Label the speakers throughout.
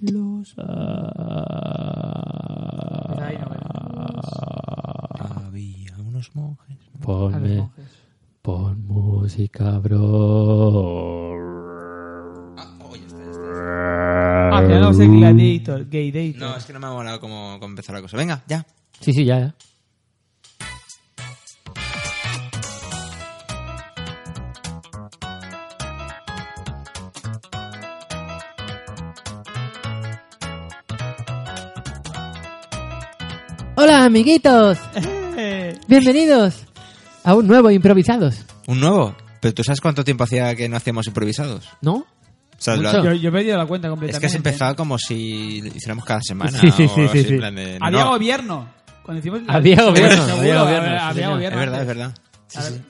Speaker 1: Los había unos monjes.
Speaker 2: Ponme, pon música, bro.
Speaker 1: Hacemos el Gladiator, Gaydator.
Speaker 3: No, es que no me ha molado cómo cómo empezó la cosa. Venga, ya.
Speaker 2: Sí, sí, ya, ya. Hola, amiguitos. Bienvenidos a un nuevo Improvisados.
Speaker 3: Un nuevo. Pero tú sabes cuánto tiempo hacía que no hacíamos improvisados.
Speaker 2: ¿No?
Speaker 3: O sea,
Speaker 2: Mucho. ¿eh?
Speaker 3: lo-
Speaker 1: yo, yo he perdido la cuenta
Speaker 3: es
Speaker 1: completamente.
Speaker 3: que has empezado como si lo hiciéramos cada semana.
Speaker 2: Sí, sí,
Speaker 3: o
Speaker 2: sí,
Speaker 3: algo
Speaker 2: sí,
Speaker 3: así,
Speaker 2: sí.
Speaker 3: en plan de- no,
Speaker 1: Había
Speaker 3: no.
Speaker 1: gobierno. Cuando hicimos la-
Speaker 2: Había
Speaker 1: Seguro,
Speaker 2: gobierno,
Speaker 1: seguro,
Speaker 2: había gobierno,
Speaker 1: había-
Speaker 2: sí,
Speaker 1: había
Speaker 2: señor.
Speaker 3: Es
Speaker 1: gobierno
Speaker 3: verdad, es
Speaker 1: antes.
Speaker 3: verdad. Sí,
Speaker 1: A ver,
Speaker 3: sí.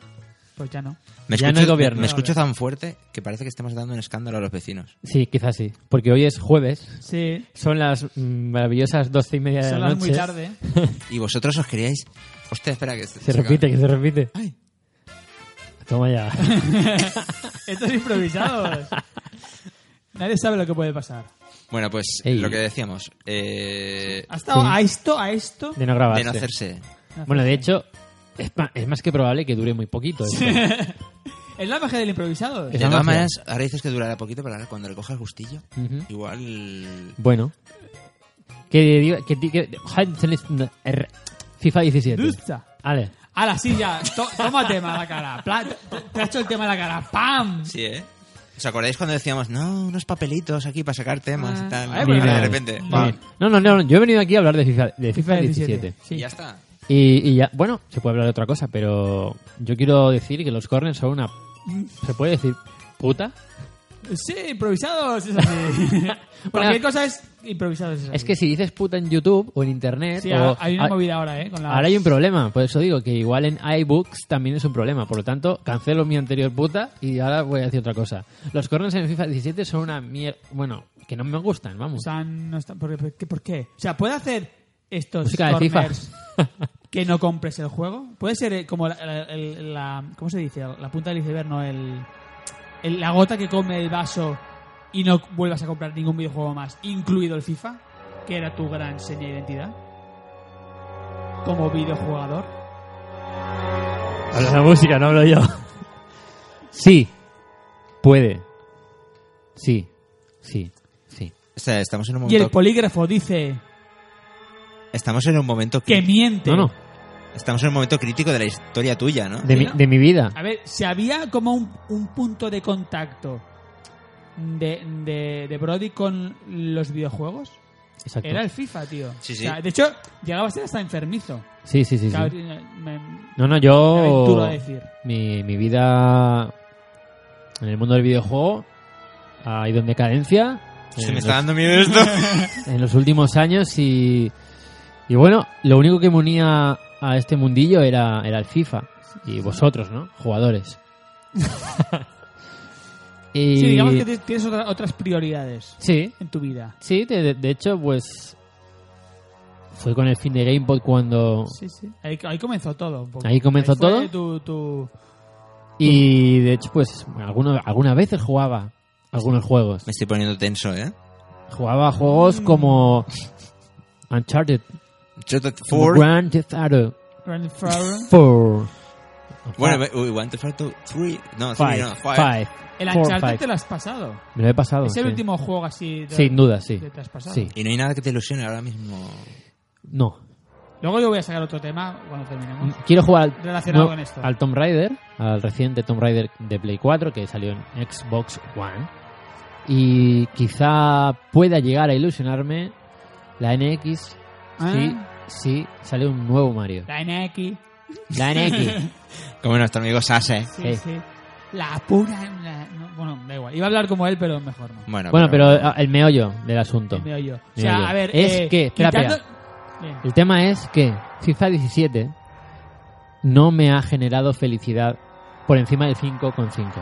Speaker 1: Pues ya no.
Speaker 3: Me
Speaker 2: Ya no
Speaker 3: escucho,
Speaker 2: hay gobierno.
Speaker 3: me escucho tan fuerte que parece que estamos dando un escándalo a los vecinos.
Speaker 2: Sí, quizás sí. Porque hoy es jueves.
Speaker 1: Sí.
Speaker 2: Son las mm, maravillosas doce y media de
Speaker 1: Son
Speaker 2: la
Speaker 1: las
Speaker 2: noche.
Speaker 1: muy tarde.
Speaker 3: Y vosotros os queríais... Hostia, espera que...
Speaker 2: Se repite, que se repite.
Speaker 3: Ay.
Speaker 2: Toma ya.
Speaker 1: Estos improvisados. Nadie sabe lo que puede pasar.
Speaker 3: Bueno, pues
Speaker 2: Ey. Ah,
Speaker 3: lo que decíamos. eh,
Speaker 1: Ha estado
Speaker 2: Sí.
Speaker 1: a esto, a esto.
Speaker 2: De no grabarse.
Speaker 3: de no hacerse.
Speaker 2: Bueno, de hecho, es, ma- es más que probable que dure muy poquito. esto.
Speaker 1: Es la magia del improvisado.
Speaker 2: Es
Speaker 3: De
Speaker 2: la
Speaker 3: todas
Speaker 2: magia.
Speaker 3: maneras, ahora dices que durará poquito, pero ahora cuando le cojas gustillo,
Speaker 2: Ujú.
Speaker 3: igual...
Speaker 2: Bueno. Que diga... Que, di- que- er, FIFA 17.
Speaker 1: Dusta.
Speaker 2: Ale.
Speaker 1: Ahora sí, ya. To- toma tema a la cara. Pla- te ha hecho el tema a la cara. ¡Pam!
Speaker 3: Sí, ¿eh? ¿Os acordáis cuando decíamos, no, unos papelitos aquí para sacar temas y tal?
Speaker 1: Ah,
Speaker 3: Y
Speaker 1: bueno,
Speaker 3: de
Speaker 2: Dime.
Speaker 3: repente,
Speaker 2: Dime.
Speaker 3: ¡pam!
Speaker 2: No, no, no. Yo he venido aquí a hablar de FIFA, de FIFA 17.
Speaker 3: Y
Speaker 1: Sí.
Speaker 3: ya está.
Speaker 2: Y, y ya... Bueno, se puede hablar de otra cosa, pero... Yo quiero decir que los corners son una... ¿Se puede decir puta?
Speaker 1: Sí, improvisados es así. Cualquier cosa es improvisados es así.
Speaker 2: Es que si dices puta en YouTube o en Internet...
Speaker 1: Sí,
Speaker 2: o-
Speaker 1: ha- hay una
Speaker 2: a-
Speaker 1: movida ahora, ¿eh? Con la...
Speaker 2: Ahora hay un problema, por eso digo que igual en iBooks también es un problema. Por lo tanto, cancelo mi anterior puta y ahora voy a decir otra cosa. Los corners en FIFA 17 son una mierda. Bueno, que no me gustan,
Speaker 1: O
Speaker 2: vamos.
Speaker 1: sea, no está- ¿por, por qué, por qué? O sea, ¿puede hacer estos
Speaker 2: Música de FIFA.
Speaker 1: corners que no compres el juego? ¿Puede ser eh, como la, la- el- la- ¿Cómo se dice? La punta del iceberg, no el, el- La gota que come el vaso y no vuelvas a comprar ningún videojuego más, incluido el FIFA, que era tu gran seña de identidad. Como videojugador.
Speaker 2: Habla la música, no hablo yo. Sí, puede. Sí, sí, sí.
Speaker 3: O sea, estamos en un
Speaker 1: Y el
Speaker 3: momento...
Speaker 1: polígrafo dice
Speaker 3: Estamos en un momento...
Speaker 1: que
Speaker 3: cri-
Speaker 1: miente.
Speaker 2: No, no,
Speaker 3: Estamos en un momento crítico de la historia tuya, ¿no?
Speaker 2: de mi, de mi vida.
Speaker 1: A ver, si había como un, un punto de contacto de, de, de Brody con los videojuegos,
Speaker 2: Exacto.
Speaker 1: era el FIFA, tío.
Speaker 3: Sí, sí.
Speaker 1: O sea, de hecho, llegaba a ser hasta enfermizo.
Speaker 2: Sí, sí, sí. sí. Oh.
Speaker 1: Claro, me- me
Speaker 2: No, no, yo.
Speaker 1: aventuro a decir.
Speaker 2: Mi, mi vida en el mundo del videojuego ha ido en decadencia.
Speaker 3: Se
Speaker 2: En
Speaker 3: me
Speaker 2: los-
Speaker 3: está dando miedo esto.
Speaker 2: en los últimos años y, y bueno, lo único que me unía a este mundillo era, era el FIFA y vosotros, ¿no? Jugadores. y,
Speaker 1: Sí, digamos que tienes- tienes otra- otras prioridades
Speaker 2: sí,
Speaker 1: en tu vida.
Speaker 2: sí, de, de hecho, pues fue con el fin de GamePod cuando...
Speaker 1: Sí, sí. Ahí, ahí comenzó todo. un poco.
Speaker 2: Ahí comenzó
Speaker 1: fue
Speaker 2: todo.
Speaker 1: tu- tu-
Speaker 2: Y de hecho, pues alguna, alguna veces jugaba algunos juegos.
Speaker 3: Me estoy poniendo tenso, ¿eh?
Speaker 2: Jugaba juegos
Speaker 1: Mm.
Speaker 2: como Uncharted,
Speaker 3: Uncharted
Speaker 2: como
Speaker 3: 4.
Speaker 2: Grand Theft Auto
Speaker 1: Grand Theft Auto.
Speaker 2: 4.
Speaker 3: Bueno, we want to fight to three. No, three,
Speaker 2: Five,
Speaker 3: no, five.
Speaker 2: five.
Speaker 1: El
Speaker 2: Four,
Speaker 1: Uncharted
Speaker 2: five.
Speaker 1: te lo has pasado.
Speaker 2: Me lo he pasado.
Speaker 1: Es el
Speaker 2: sí.
Speaker 1: último juego así de-
Speaker 2: Sin duda, sí.
Speaker 1: que te has pasado.
Speaker 2: Sí.
Speaker 3: Y no hay nada que te ilusione ahora mismo.
Speaker 2: No.
Speaker 1: Luego yo voy a sacar otro tema cuando terminemos.
Speaker 2: Quiero jugar al,
Speaker 1: Relacionado
Speaker 2: Mm. no,
Speaker 1: con esto.
Speaker 2: al Tomb Raider, al reciente Tomb Raider de Play 4 que salió en Xbox One. Y quizá pueda llegar a ilusionarme la NX
Speaker 1: Ah.
Speaker 2: Sí, sí, sale un nuevo Mario.
Speaker 1: La NX.
Speaker 2: La NX.
Speaker 3: Como nuestro amigo Sase.
Speaker 1: Sí,
Speaker 2: Sí.
Speaker 1: sí. La pura. la- no, bueno, da igual. Iba a hablar como él, pero mejor no.
Speaker 3: Bueno,
Speaker 2: Bueno, pero ah, el meollo del asunto.
Speaker 1: Veo yo. O
Speaker 2: Mira
Speaker 1: sea,
Speaker 2: yo.
Speaker 1: a ver.
Speaker 2: Es
Speaker 1: eh,
Speaker 2: que, espera,
Speaker 1: quitando-
Speaker 2: espera.
Speaker 1: Bien.
Speaker 2: El tema es que FIFA 17 no me ha generado felicidad por encima del 5,5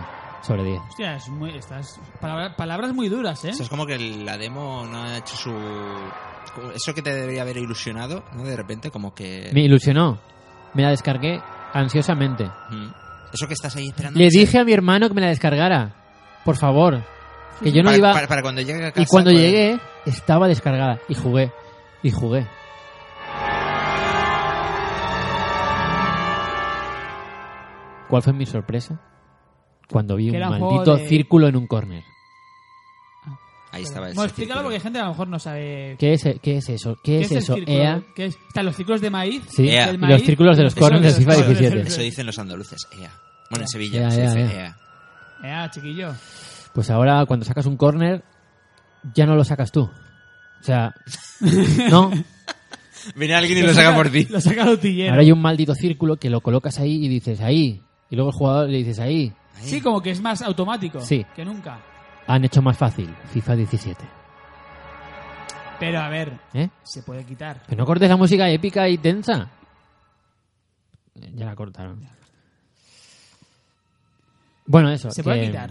Speaker 2: sobre 10.
Speaker 1: Hostia, es muy, estas palabra- palabras muy duras, ¿eh?
Speaker 3: Eso es como que la demo no ha hecho su... como Eso que te debería haber ilusionado, ¿no? De repente, como que...
Speaker 2: Me ilusionó. Me la descargué ansiosamente.
Speaker 3: Mm. Eso que estás ahí esperando...
Speaker 2: Le
Speaker 3: no sé,
Speaker 2: dije a mi hermano que me la descargara. Por favor. Que yo no
Speaker 3: para,
Speaker 2: iba...
Speaker 3: Para, para cuando llegue a casa...
Speaker 2: Y cuando
Speaker 3: pues-
Speaker 2: llegué, estaba descargada. Y jugué. Y jugué. ¿Cuál fue mi sorpresa? Cuando vi
Speaker 1: Que
Speaker 2: un
Speaker 1: era un juego
Speaker 2: maldito
Speaker 1: de-
Speaker 2: círculo en un corner.
Speaker 3: Ahí estaba el
Speaker 1: Bueno, explícalo
Speaker 3: círculo.
Speaker 1: porque hay gente que a lo mejor no sabe.
Speaker 2: ¿Qué es, qué es eso? ¿Qué, es,
Speaker 1: el
Speaker 2: eso?
Speaker 1: círculo?
Speaker 2: ¿EA?
Speaker 1: ¿Qué es? Están los círculos de maíz.
Speaker 2: Sí.
Speaker 3: EA.
Speaker 1: del
Speaker 2: Y
Speaker 1: maíz,
Speaker 2: los círculos de los
Speaker 1: círculos
Speaker 2: corners de
Speaker 1: los
Speaker 2: FIFA
Speaker 1: corners del
Speaker 2: 17.
Speaker 3: E Eso dicen los andaluces, ea. Bueno, en Sevilla
Speaker 2: Ea,
Speaker 3: se
Speaker 2: ea,
Speaker 3: dice
Speaker 2: ea.
Speaker 3: ea.
Speaker 1: Eh, chiquillo.
Speaker 2: Pues ahora cuando sacas un corner, ya no lo sacas tú. O sea, no.
Speaker 3: Viene alguien y lo saca por ti.
Speaker 1: Lo saca el utillero.
Speaker 2: Ahora hay un maldito círculo que lo colocas ahí y dices ahí. Y luego el jugador le dices ahí.
Speaker 1: Sí, como que es más automático
Speaker 2: Sí.
Speaker 1: que nunca.
Speaker 2: Han hecho más fácil FIFA 17.
Speaker 1: Pero a ver,
Speaker 2: ¿Eh?
Speaker 1: se puede quitar.
Speaker 2: Pero no cortes la música épica y tensa. Eh, Ya la cortaron. Bueno, eso.
Speaker 1: Se puede
Speaker 2: que-
Speaker 1: quitar.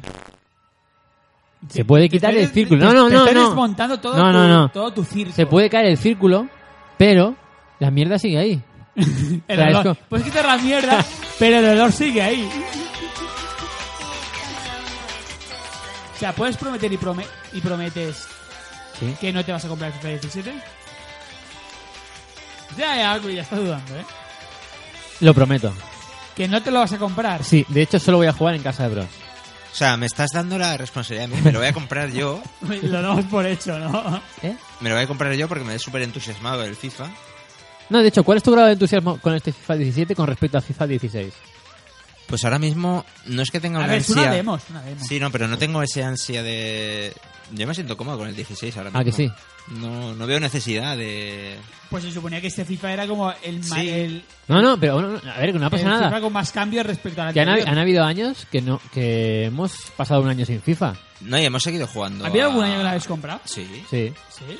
Speaker 2: Se puede
Speaker 1: Te
Speaker 2: quitar
Speaker 1: estoy
Speaker 2: el
Speaker 1: des-
Speaker 2: círculo.
Speaker 1: te-
Speaker 2: No, no,
Speaker 1: te
Speaker 2: no,
Speaker 1: Estoy
Speaker 2: no.
Speaker 1: desmontando todo,
Speaker 2: No,
Speaker 1: tu,
Speaker 2: no, no.
Speaker 1: todo tu círculo.
Speaker 2: Se puede caer el círculo, pero la mierda sigue ahí.
Speaker 1: El Pues
Speaker 2: o sea, es
Speaker 1: olor.
Speaker 2: co-
Speaker 1: Puedes quitar la mierda, pero el olor sigue ahí. O sea, ¿puedes prometer y, prome- y prometes
Speaker 2: Sí.
Speaker 1: que no te vas a comprar el FIFA 17? Ya, ya, ya estás dudando, ¿eh?
Speaker 2: Lo prometo.
Speaker 1: Que no te lo vas a comprar.
Speaker 2: Sí, de hecho solo voy a jugar en casa de bros.
Speaker 3: O sea, me estás dando la responsabilidad a mí. Me lo voy a comprar yo.
Speaker 1: Lo damos por hecho, ¿no?
Speaker 2: ¿Eh?
Speaker 3: Me lo voy a comprar yo porque me he súper entusiasmado el FIFA.
Speaker 2: No, de hecho, ¿cuál es tu grado de entusiasmo con este FIFA 17 con respecto a FIFA 16?
Speaker 3: Pues ahora mismo no es que tenga
Speaker 1: A
Speaker 3: una
Speaker 1: ver, es
Speaker 3: ansia...
Speaker 1: una demo, es una demo.
Speaker 3: Sí, no, pero no tengo ese ansia de... Yo me siento cómodo con el 16 ahora mismo.
Speaker 2: Ah, que sí.
Speaker 3: No, no veo necesidad de...
Speaker 1: Pues se suponía que este FIFA era como el, ma-
Speaker 3: Sí.
Speaker 1: el,
Speaker 2: No, no, pero bueno, a ver, que no ha
Speaker 1: el
Speaker 2: pasado
Speaker 1: FIFA
Speaker 2: nada.
Speaker 1: con más cambios respecto al
Speaker 2: Que han, habi-
Speaker 1: anterior.
Speaker 2: han habido años que no que hemos pasado un año sin FIFA.
Speaker 3: No, y hemos seguido jugando.
Speaker 1: ¿Ha habido
Speaker 3: a-
Speaker 1: algún año que la habéis comprado?
Speaker 3: Sí.
Speaker 2: Sí.
Speaker 1: Sí.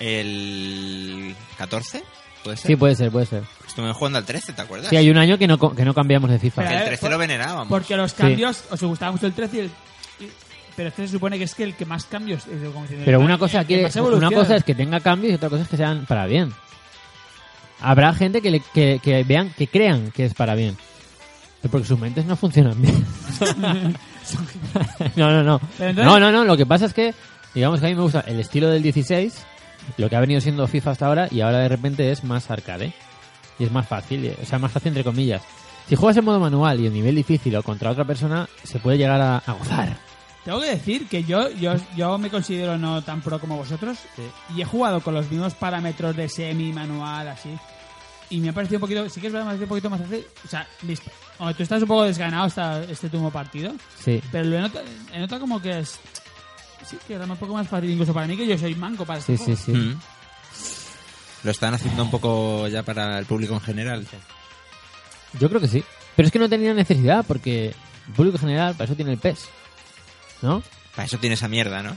Speaker 3: ¿El 14? ¿Puede ser?
Speaker 2: Sí, puede ser, puede ser.
Speaker 3: Estuve jugando al 13, ¿te acuerdas?
Speaker 2: Sí, hay un año que no, co- que no cambiamos de FIFA.
Speaker 3: Que
Speaker 1: Pero-
Speaker 3: el 13 lo venerábamos.
Speaker 1: Porque los
Speaker 2: Sí.
Speaker 1: cambios, os gustaba mucho el 13 y el... y- Pero este se supone que es que el que más cambios... es el- como diciendo,
Speaker 2: Pero
Speaker 1: el-
Speaker 2: una
Speaker 1: el-
Speaker 2: cosa,
Speaker 1: el que
Speaker 2: aquí,
Speaker 1: más
Speaker 2: una
Speaker 1: evoluciona.
Speaker 2: cosa es que tenga cambios y otra cosa es que sean para bien. Habrá gente que, le- que, que vean, que crean que es para bien. Pero porque sus mentes no funcionan bien. no, no, no.
Speaker 1: Pero entonces-
Speaker 2: No, no, no. Lo que pasa es que, digamos que a mí me gusta el estilo del 16, lo que ha venido siendo FIFA hasta ahora, y ahora de repente es más arcade. Y es más fácil, eh, o sea, más fácil entre comillas. Si juegas en modo manual y en nivel difícil o contra otra persona, se puede llegar a, a gozar.
Speaker 1: Tengo que decir que yo, yo, yo me considero no tan pro como vosotros y he jugado con los mismos parámetros de semi, manual, así. Y me ha parecido un poquito... Sí que es verdad, me ha parecido un poquito más fácil. O sea, mis- bueno, tú estás un poco desganado hasta este último partido.
Speaker 2: Sí.
Speaker 1: Pero lo he notado, he notado como que es... Sí, que era un poco más fácil incluso para mí que yo soy manco para
Speaker 2: Sí,
Speaker 1: este
Speaker 2: sí,
Speaker 1: juego.
Speaker 2: sí.
Speaker 3: Mm. Lo están haciendo un poco ya para el público en general.
Speaker 2: Yo creo que sí. Pero es que no tenía necesidad porque el público en general para eso tiene el PES. ¿No?
Speaker 3: Para eso tiene esa mierda, ¿no?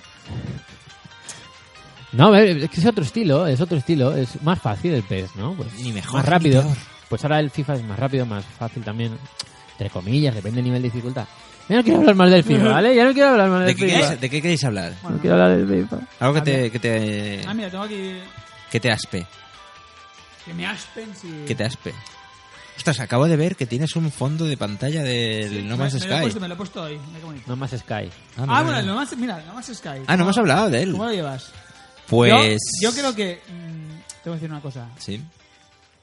Speaker 2: No, a ver, es que es otro estilo, es otro estilo, es más fácil el PES, ¿no? Pues
Speaker 3: Ni mejor,
Speaker 2: más
Speaker 3: ni
Speaker 2: rápido.
Speaker 3: peor.
Speaker 2: Pues ahora el FIFA es más rápido, más fácil también, entre comillas, depende del nivel de dificultad. Ya no quiero hablar más del FIFA, ¿vale? Ya no quiero hablar más
Speaker 3: ¿De
Speaker 2: del
Speaker 3: qué,
Speaker 2: FIFA.
Speaker 3: queréis, de qué queréis hablar?
Speaker 2: No quiero hablar del FIFA.
Speaker 3: Algo que te, que te,
Speaker 1: Ah, mira, tengo aquí...
Speaker 3: que te aspe.
Speaker 1: Que me aspen si...
Speaker 3: Que te aspe. Ostras, acabo de ver que tienes un fondo de pantalla del No Man's
Speaker 1: me, Me lo, he
Speaker 3: Sky.
Speaker 1: puesto, me lo he puesto hoy. Mira qué bonito.
Speaker 2: No más Sky.
Speaker 3: Ah,
Speaker 1: ah,
Speaker 3: mira.
Speaker 1: bueno, el No Man's- mira, el No Man's Sky.
Speaker 3: Ah, no hemos hablado de él.
Speaker 1: ¿Cómo lo llevas?
Speaker 3: Pues...
Speaker 1: Yo, yo creo que... mm, te voy a decir una cosa.
Speaker 3: Sí.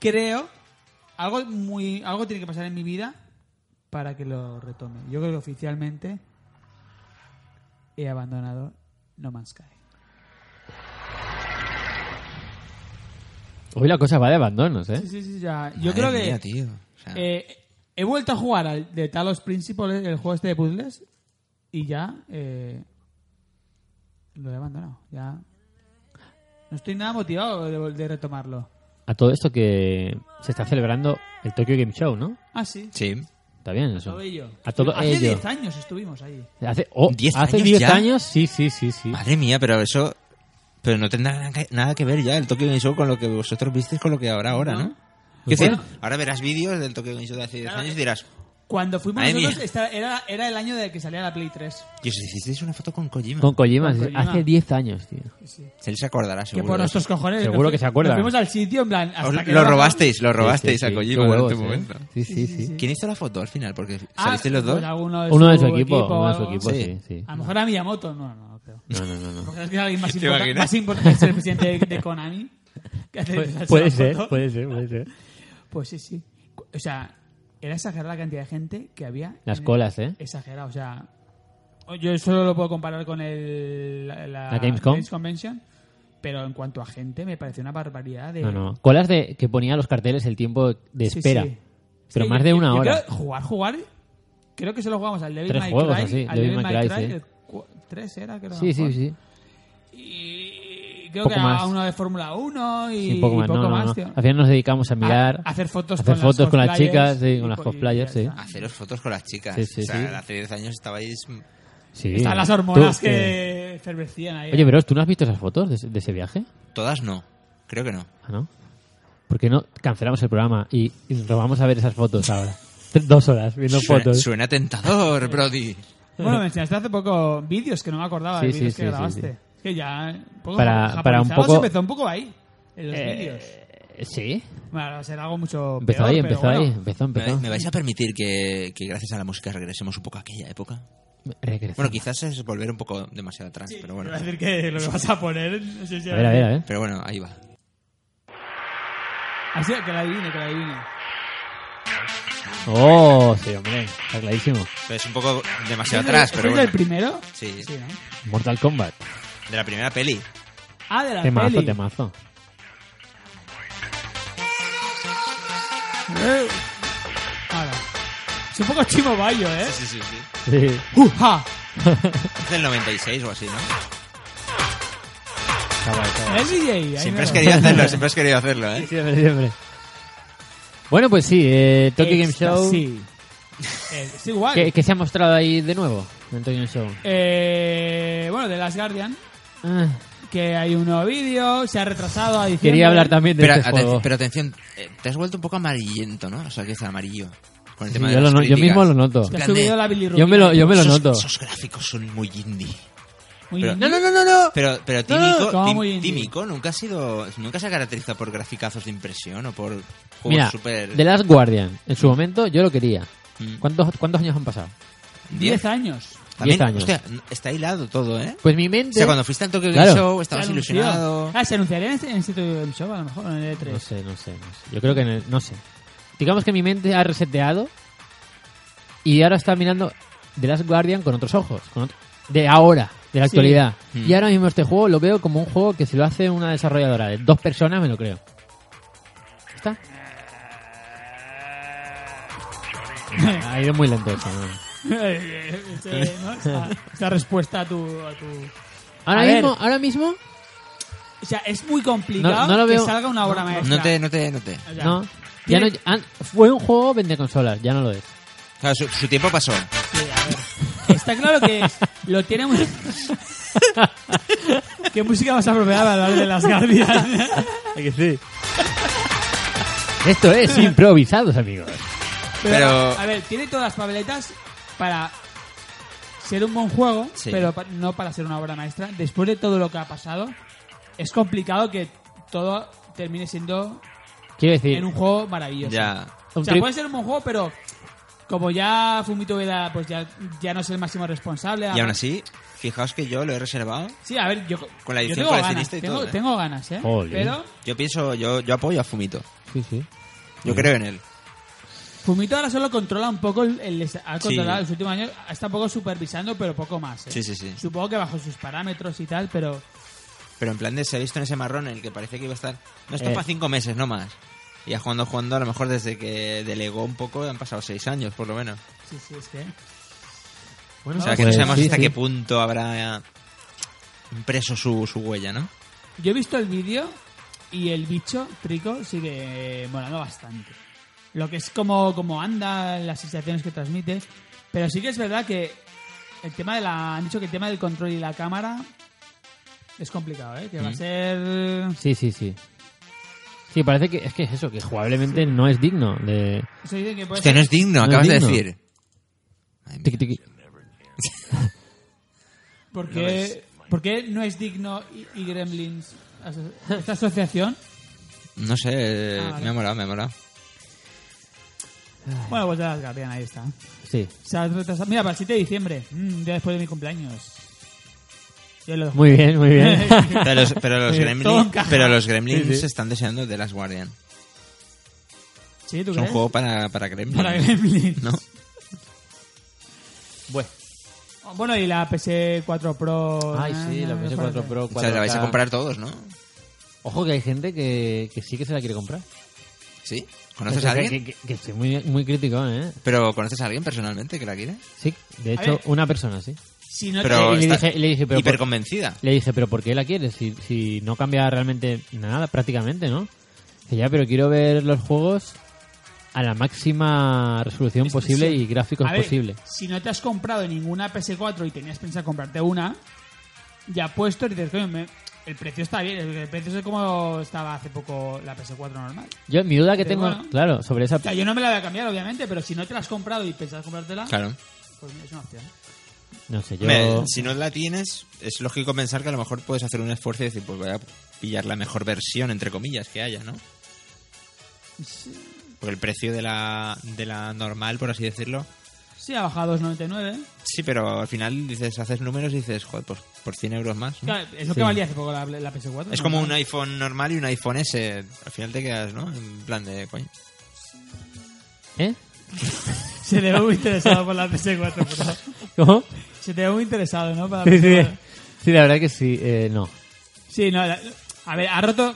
Speaker 1: Creo... Algo muy... Algo tiene que pasar en mi vida para que lo retome. Yo creo que oficialmente he abandonado No Man's Sky.
Speaker 2: Hoy la cosa va de abandonos, ¿eh?
Speaker 1: Sí, sí, sí, ya. Yo
Speaker 3: Madre
Speaker 1: creo que...
Speaker 3: mía, tío. O
Speaker 2: Ah.
Speaker 3: sea,
Speaker 1: Eh, he vuelto a jugar al de Talos Principle, el juego este de puzzles, y ya eh, lo he abandonado. Ya No estoy nada motivado de, vol- de retomarlo.
Speaker 2: A todo esto que se está celebrando el Tokyo Game Show, ¿no?
Speaker 1: Ah, sí.
Speaker 3: Sí.
Speaker 2: Está bien
Speaker 1: A
Speaker 2: eso.
Speaker 1: todo ello.
Speaker 2: A todo
Speaker 1: Hace
Speaker 2: ello.
Speaker 1: 10 años estuvimos ahí.
Speaker 2: Hace oh,
Speaker 3: ¿Diez
Speaker 2: hace
Speaker 3: años
Speaker 2: 10
Speaker 3: ya?
Speaker 2: años, sí, sí, sí, sí.
Speaker 3: Madre mía, pero eso. Pero no tendrá nada que, nada que ver ya el Tokyo Game Show con lo que vosotros visteis con lo que habrá ahora, ¿no?
Speaker 1: No.
Speaker 3: Quiero
Speaker 2: Pues Bueno.
Speaker 3: decir, ahora verás vídeos del Tokyo Game Show de hace 10 años y dirás,
Speaker 1: Cuando fuimos
Speaker 3: Madre
Speaker 1: nosotros
Speaker 3: mía.
Speaker 1: esta- era, era el año de que salía la Play 3.
Speaker 3: ¿y os hicisteis una foto con Kojima?
Speaker 2: Con Kojima,
Speaker 1: Con
Speaker 2: sí.
Speaker 1: Kojima.
Speaker 2: hace 10 años, tío.
Speaker 3: Él se acordará, seguro.
Speaker 1: Que por
Speaker 3: de eso.
Speaker 1: nuestros cojones.
Speaker 2: Seguro
Speaker 1: nos
Speaker 2: que
Speaker 1: fui-
Speaker 2: se acuerda.
Speaker 1: nos Fuimos al sitio en plan. hasta
Speaker 3: Os-
Speaker 1: que
Speaker 3: lo
Speaker 1: no-
Speaker 3: robasteis, lo robasteis
Speaker 2: Sí, sí,
Speaker 3: a
Speaker 2: sí.
Speaker 3: Kojima
Speaker 2: Qué
Speaker 3: en
Speaker 2: huevos,
Speaker 3: este
Speaker 2: ¿eh?
Speaker 3: momento.
Speaker 2: Sí, sí, sí.
Speaker 3: ¿Quién hizo la foto al final? Porque
Speaker 1: Ah,
Speaker 3: salisteis los dos.
Speaker 1: pues alguno de
Speaker 2: Uno de
Speaker 1: su
Speaker 2: su equipo,
Speaker 1: equipo
Speaker 2: uno de
Speaker 1: o
Speaker 2: su
Speaker 1: algo.
Speaker 2: equipo,
Speaker 3: Sí.
Speaker 2: sí, sí.
Speaker 1: A lo mejor a Miyamoto, no, no, no creo.
Speaker 2: No, no, no, no.
Speaker 1: Porque es que alguien más,
Speaker 3: ¿Te
Speaker 1: importa-
Speaker 3: imaginas?
Speaker 1: más importante es el presidente de, de Konami. que hace- hace
Speaker 2: Puede,
Speaker 1: la
Speaker 2: puede ser,
Speaker 1: foto.
Speaker 2: puede ser, puede ser.
Speaker 1: Pues sí, sí. Cu- O sea, era exagerada la cantidad de gente que había.
Speaker 2: Las
Speaker 1: en-
Speaker 2: colas, ¿eh?
Speaker 1: Exagerada, o sea. o- Yo solo lo puedo comparar con el, la,
Speaker 2: ¿La Gamescom?
Speaker 1: Games Convention, pero en cuanto a gente me pareció una barbaridad de.
Speaker 2: No, no. eh. Colas de que ponía los carteles el tiempo de
Speaker 1: Sí,
Speaker 2: espera.
Speaker 1: sí.
Speaker 2: Pero
Speaker 1: Sí,
Speaker 2: más
Speaker 1: yo-
Speaker 2: de
Speaker 1: yo-
Speaker 2: una
Speaker 1: yo
Speaker 2: hora.
Speaker 1: creo- jugar, jugar. Creo que solo jugamos al Devil
Speaker 2: Tres
Speaker 1: May
Speaker 2: juegos
Speaker 1: Cry,
Speaker 2: así,
Speaker 1: al
Speaker 2: Devil
Speaker 1: Devil
Speaker 2: May
Speaker 1: May
Speaker 2: Cry,
Speaker 1: Cry,
Speaker 2: sí.
Speaker 1: el cu- tres era, creo.
Speaker 2: Sí,
Speaker 1: no me
Speaker 2: sí, sí.
Speaker 1: acuerdo. Y creo
Speaker 2: Poco
Speaker 1: que era
Speaker 2: más.
Speaker 1: uno de Fórmula 1 y,
Speaker 2: Sí, poco más,
Speaker 1: y poco
Speaker 2: no, no,
Speaker 1: más,
Speaker 2: no.
Speaker 1: tío.
Speaker 2: Al final nos dedicamos a mirar.
Speaker 1: A- hacer fotos
Speaker 2: hacer
Speaker 1: con
Speaker 2: fotos
Speaker 1: las
Speaker 2: con las
Speaker 1: cosplayers
Speaker 2: chicas, sí,
Speaker 1: y
Speaker 2: con las
Speaker 1: po- y
Speaker 2: cosplayers,
Speaker 1: ya
Speaker 2: sí.
Speaker 1: está.
Speaker 3: Haceros fotos con las chicas.
Speaker 2: Sí, sí,
Speaker 3: o sea,
Speaker 2: sí.
Speaker 3: hace 10 años estabais.
Speaker 2: Sí.
Speaker 1: Están las
Speaker 2: Tú,
Speaker 1: hormonas
Speaker 2: eh,
Speaker 1: que efervescían ahí.
Speaker 2: Oye, pero ¿tú no has visto esas fotos de, ese- de ese viaje?
Speaker 3: Todas no. Creo que no.
Speaker 2: Ah, ¿no? ¿Por qué no cancelamos el programa y, y nos vamos a ver esas fotos ahora? Tres- Dos horas viendo
Speaker 3: Suena,
Speaker 2: fotos.
Speaker 3: suena tentador, Brody.
Speaker 1: Bueno, me enseñaste hace poco vídeos que no me acordaba de
Speaker 2: Sí, sí,
Speaker 1: vídeos
Speaker 2: sí,
Speaker 1: que
Speaker 2: sí,
Speaker 1: grabaste.
Speaker 2: sí.
Speaker 1: Es que ya eh, un poco
Speaker 2: Para-
Speaker 1: japonizado
Speaker 2: para un
Speaker 1: se
Speaker 2: poco-
Speaker 1: empezó un poco ahí en los
Speaker 2: Eh,
Speaker 1: vídeos.
Speaker 2: sí.
Speaker 1: Bueno, será algo mucho
Speaker 2: Empezó
Speaker 1: peor,
Speaker 2: ahí,
Speaker 1: pero
Speaker 2: empezó
Speaker 1: bueno.
Speaker 2: ahí, empezó,
Speaker 3: ¿Me,
Speaker 2: empezó.
Speaker 3: me vais a permitir que, que gracias a la música regresemos un poco a aquella época?
Speaker 2: Regresamos.
Speaker 3: Bueno, quizás es volver un poco demasiado atrás, pero bueno.
Speaker 1: Iba a decir que lo que vas a poner. No sé si
Speaker 2: a ver, a ver, a ver.
Speaker 3: Pero bueno, ahí va.
Speaker 1: Así Ah, que la adivine, que la adivine.
Speaker 2: Oh, sí, hombre. Está clarísimo.
Speaker 3: Pero es un poco demasiado
Speaker 1: ¿Sois
Speaker 3: atrás,
Speaker 1: del-
Speaker 3: pero
Speaker 1: sois
Speaker 3: bueno.
Speaker 1: del primero?
Speaker 3: Sí,
Speaker 1: Sí, ¿no?
Speaker 2: Mortal Kombat.
Speaker 3: de la primera peli.
Speaker 1: Ah, de la
Speaker 2: Temazo,
Speaker 1: peli.
Speaker 2: temazo.
Speaker 1: Eh. Ahora. Es un poco chimo bayo, ¿eh?
Speaker 3: Sí, sí, sí.
Speaker 2: Sí.
Speaker 1: ¡Uja!
Speaker 3: Es del 96 o así, ¿no?
Speaker 2: Está guay, está guay.
Speaker 1: El DJ. ahí
Speaker 3: Siempre
Speaker 1: me
Speaker 3: has
Speaker 1: lo-
Speaker 3: querido hacerlo, siempre has querido hacerlo, ¿eh?
Speaker 2: Siempre, siempre. Bueno, pues sí, eh, Tokyo Game Show.
Speaker 1: Sí. Eh, es igual.
Speaker 2: ¿Qué, qué se ha mostrado ahí de nuevo en Tokyo Game Show?
Speaker 1: Eh, bueno, de Last Guardian,
Speaker 2: Ah,
Speaker 1: que hay un nuevo vídeo, se ha retrasado a diciembre.
Speaker 2: quería hablar también de
Speaker 3: Pero,
Speaker 2: este
Speaker 3: aten-
Speaker 2: juego.
Speaker 3: pero atención, eh, te has vuelto un poco amarillento, ¿no? O sea, que es amarillo. Con el
Speaker 2: Sí,
Speaker 3: tema de
Speaker 2: yo, lo
Speaker 3: las
Speaker 2: no- yo
Speaker 3: críticas.
Speaker 2: mismo lo noto.
Speaker 1: Que ha
Speaker 3: Grande.
Speaker 1: subido la bilirrubina.
Speaker 2: Yo me lo, yo me lo
Speaker 3: Esos-
Speaker 2: noto.
Speaker 3: Esos gráficos son muy indie.
Speaker 1: Muy
Speaker 3: pero-
Speaker 1: bien.
Speaker 2: no, no, no.
Speaker 3: Pero, pero Tímico,
Speaker 1: como
Speaker 3: Tím-
Speaker 1: muy indie.
Speaker 3: Tímico nunca ha sido, nunca se ha caracterizado por graficazos de impresión o por juegos
Speaker 2: Mira,
Speaker 3: super
Speaker 2: The Last Guardian, en su momento yo lo quería.
Speaker 3: Mm.
Speaker 2: ¿Cuántos, cuántos años han pasado?
Speaker 1: 10 años.
Speaker 3: También,
Speaker 2: Diez años.
Speaker 3: hostia, está hilado todo, ¿eh?
Speaker 2: Pues mi
Speaker 3: O
Speaker 2: mente.
Speaker 3: sea, cuando fuiste al Tokyo Game
Speaker 2: Claro.
Speaker 3: Show
Speaker 1: Se
Speaker 3: estabas
Speaker 1: anunció.
Speaker 3: ilusionado.
Speaker 1: Ah, se anunciaría en el- en el sitio del show, a lo mejor, en el E E3.
Speaker 2: No sé, no sé, no sé. Yo creo que en el- no sé. Digamos que mi mente ha reseteado y ahora está mirando The Last Guardian con otros ojos, con otro- de ahora, de la
Speaker 1: Sí.
Speaker 2: actualidad.
Speaker 3: Mm.
Speaker 2: Y ahora mismo este juego lo veo como un juego que si lo hace una desarrolladora de dos personas me lo creo. ¿Está? Ha ido muy lento eso, ¿no?
Speaker 1: Ese, ¿no? esa, esa respuesta a tu, a tu-
Speaker 2: Ahora
Speaker 1: A ver.
Speaker 2: mismo, ahora mismo,
Speaker 1: O sea, es muy complicado
Speaker 2: No- no lo veo-
Speaker 1: que salga una obra maestra.
Speaker 3: No te, no te, no te.
Speaker 1: O sea,
Speaker 2: no. Ya no
Speaker 1: tiene-
Speaker 2: an- fue un juego vende consolas, ya no lo es.
Speaker 3: Claro, su, su tiempo pasó.
Speaker 1: Sí, Eh, a ver. Está claro que es- lo tiene muy... ¿Qué música más apropiada para hablar de las guardias?
Speaker 2: Esto es improvisados, amigos.
Speaker 3: Pero-
Speaker 1: A ver, tiene todas las papeletas para ser un buen juego,
Speaker 3: Sí.
Speaker 1: pero pa- no para ser una obra maestra. Después de todo lo que ha pasado, es complicado que todo termine siendo
Speaker 2: Quiero decir,
Speaker 1: en un juego maravilloso.
Speaker 3: Ya.
Speaker 1: O
Speaker 2: un
Speaker 1: sea,
Speaker 2: tri-
Speaker 1: puede ser un buen juego, pero como ya Fumito Ueda pues ya, ya no es el máximo responsable.
Speaker 3: Y aún así, fijaos que yo lo he reservado.
Speaker 1: Sí, a ver, yo,
Speaker 3: Con la
Speaker 1: yo
Speaker 3: edición
Speaker 1: tengo ganas,
Speaker 3: coleccionista y
Speaker 1: tengo,
Speaker 3: todo, ¿eh?
Speaker 1: tengo ganas, ¿eh?
Speaker 2: Jolín.
Speaker 1: Pero
Speaker 3: Yo pienso, yo, yo apoyo a Fumito.
Speaker 2: Sí, sí.
Speaker 3: Yo creo en él.
Speaker 1: Fumito ahora solo controla un poco, el, el- ha
Speaker 3: Sí.
Speaker 1: controlado los últimos años, está un poco supervisando, pero poco más. ¿eh?
Speaker 3: Sí, sí, sí.
Speaker 1: Supongo que bajo sus parámetros y tal, pero
Speaker 3: Pero en plan de se ha visto en ese marrón en el que parecía que iba a estar. No está
Speaker 2: Eh.
Speaker 3: para cinco meses, no más. Y ya jugando, jugando, a lo mejor desde que delegó un poco han pasado seis años, por lo menos.
Speaker 1: sí, sí, es que...
Speaker 2: Bueno,
Speaker 3: Ah, pues O sea, que no sabemos hasta qué punto habrá impreso su, su huella, ¿no?
Speaker 1: Yo he visto el vídeo y el bicho, Trico, sigue molando bastante. Lo que es como, como anda, las sensaciones que transmite. Pero sí que es verdad que el tema de la. Han dicho que el tema del control y la cámara es complicado, ¿eh? Que va a
Speaker 3: Mm.
Speaker 1: ser.
Speaker 2: Sí, sí, sí. Sí, parece que es que es eso, que jugablemente no es digno de...
Speaker 1: Eso dicen que puede
Speaker 3: Es que
Speaker 1: ser-
Speaker 3: no es digno,
Speaker 2: No es
Speaker 3: acabas
Speaker 2: digno.
Speaker 3: de decir. Ay, mira.
Speaker 2: Tiki, tiki.
Speaker 1: ¿Por qué, por qué no es digno y, y Gremlins aso- esta asociación?
Speaker 3: No sé, eh,
Speaker 1: Ah, vale.
Speaker 3: me ha molado, me ha molado.
Speaker 1: Bueno, pues ya las Guardian, ahí está.
Speaker 2: Sí.
Speaker 1: Se ha retrasado- Mira, para el 7 de diciembre, mm, un día después de mi cumpleaños. Yo lo dejo.
Speaker 2: Muy bien, muy bien.
Speaker 3: Pero los, pero los
Speaker 1: Sí, todo
Speaker 3: Gremlins,
Speaker 1: encaja.
Speaker 3: pero los gremlins
Speaker 2: Sí, sí.
Speaker 3: están deseando de las Guardian.
Speaker 1: ¿Sí, tú
Speaker 3: Es un
Speaker 1: crees?
Speaker 3: juego para, para Gremlins.
Speaker 1: Para Gremlins.
Speaker 3: ¿No?
Speaker 2: bueno.
Speaker 1: Oh, Bueno, y la PS4 Pro.
Speaker 2: Ay, sí, la
Speaker 1: Ah,
Speaker 2: PS4 Pro.
Speaker 3: O sea, la vais a
Speaker 2: 4K.
Speaker 3: comprar todos, ¿no?
Speaker 2: Ojo que hay gente que, que sí que se la quiere comprar.
Speaker 3: ¿Sí? ¿Conoces
Speaker 2: Que-
Speaker 3: a alguien?
Speaker 2: Que, que- que estoy muy, muy crítico, ¿eh?
Speaker 3: ¿Pero conoces a alguien personalmente que la quiere?
Speaker 2: Sí, de
Speaker 1: A
Speaker 2: hecho,
Speaker 1: ver.
Speaker 2: una persona, sí.
Speaker 1: Si no eh,
Speaker 3: Pero-
Speaker 2: y, le
Speaker 3: está
Speaker 2: dije, le dije, pero por-
Speaker 3: Hiperconvencida.
Speaker 2: le dije, pero ¿por qué la quieres? Si, si no cambia realmente nada, prácticamente, ¿no? Que ya, pero quiero ver los juegos a la máxima resolución
Speaker 1: Sí.
Speaker 2: posible y gráficos
Speaker 1: A ver,
Speaker 2: posible.
Speaker 1: Si no te has comprado ninguna PS4 y tenías pensado comprarte una, ya puesto y dices, coño, me- el precio está bien. El precio es como estaba hace poco la PS4 normal.
Speaker 2: Yo, mi duda que
Speaker 1: Pero
Speaker 2: tengo,
Speaker 1: bueno.
Speaker 2: claro, sobre esa...
Speaker 1: O sea, yo no me la voy a cambiar, obviamente, pero si no te la has comprado y pensabas comprártela,
Speaker 3: Claro.
Speaker 1: pues mira, es una opción.
Speaker 2: No sé, yo...
Speaker 3: Hombre, si no la tienes, es lógico pensar que a lo mejor puedes hacer un esfuerzo y decir, pues voy a pillar la mejor versión, entre comillas, que haya, ¿no? Porque el precio de la, de la normal, por así decirlo.
Speaker 1: Sí, ha bajado a 2,99.
Speaker 3: Sí, pero al final dices, haces números y dices, joder, pues por 100 euros más. ¿no?
Speaker 1: Claro, es lo
Speaker 2: Sí.
Speaker 1: que valía hace poco la, la PS4.
Speaker 3: Es
Speaker 1: ¿no?
Speaker 3: como un iPhone normal y un iPhone S. Al final te quedas, ¿no? En plan de, coño.
Speaker 2: ¿Eh?
Speaker 1: Se te ve muy interesado por la PS4 Pro.
Speaker 2: ¿Cómo?
Speaker 1: Se te ve muy interesado, ¿no? Para la
Speaker 2: Sí, sí.
Speaker 1: PS4.
Speaker 2: Sí, la verdad que sí, eh, no.
Speaker 1: Sí, no, la- a ver, ha roto...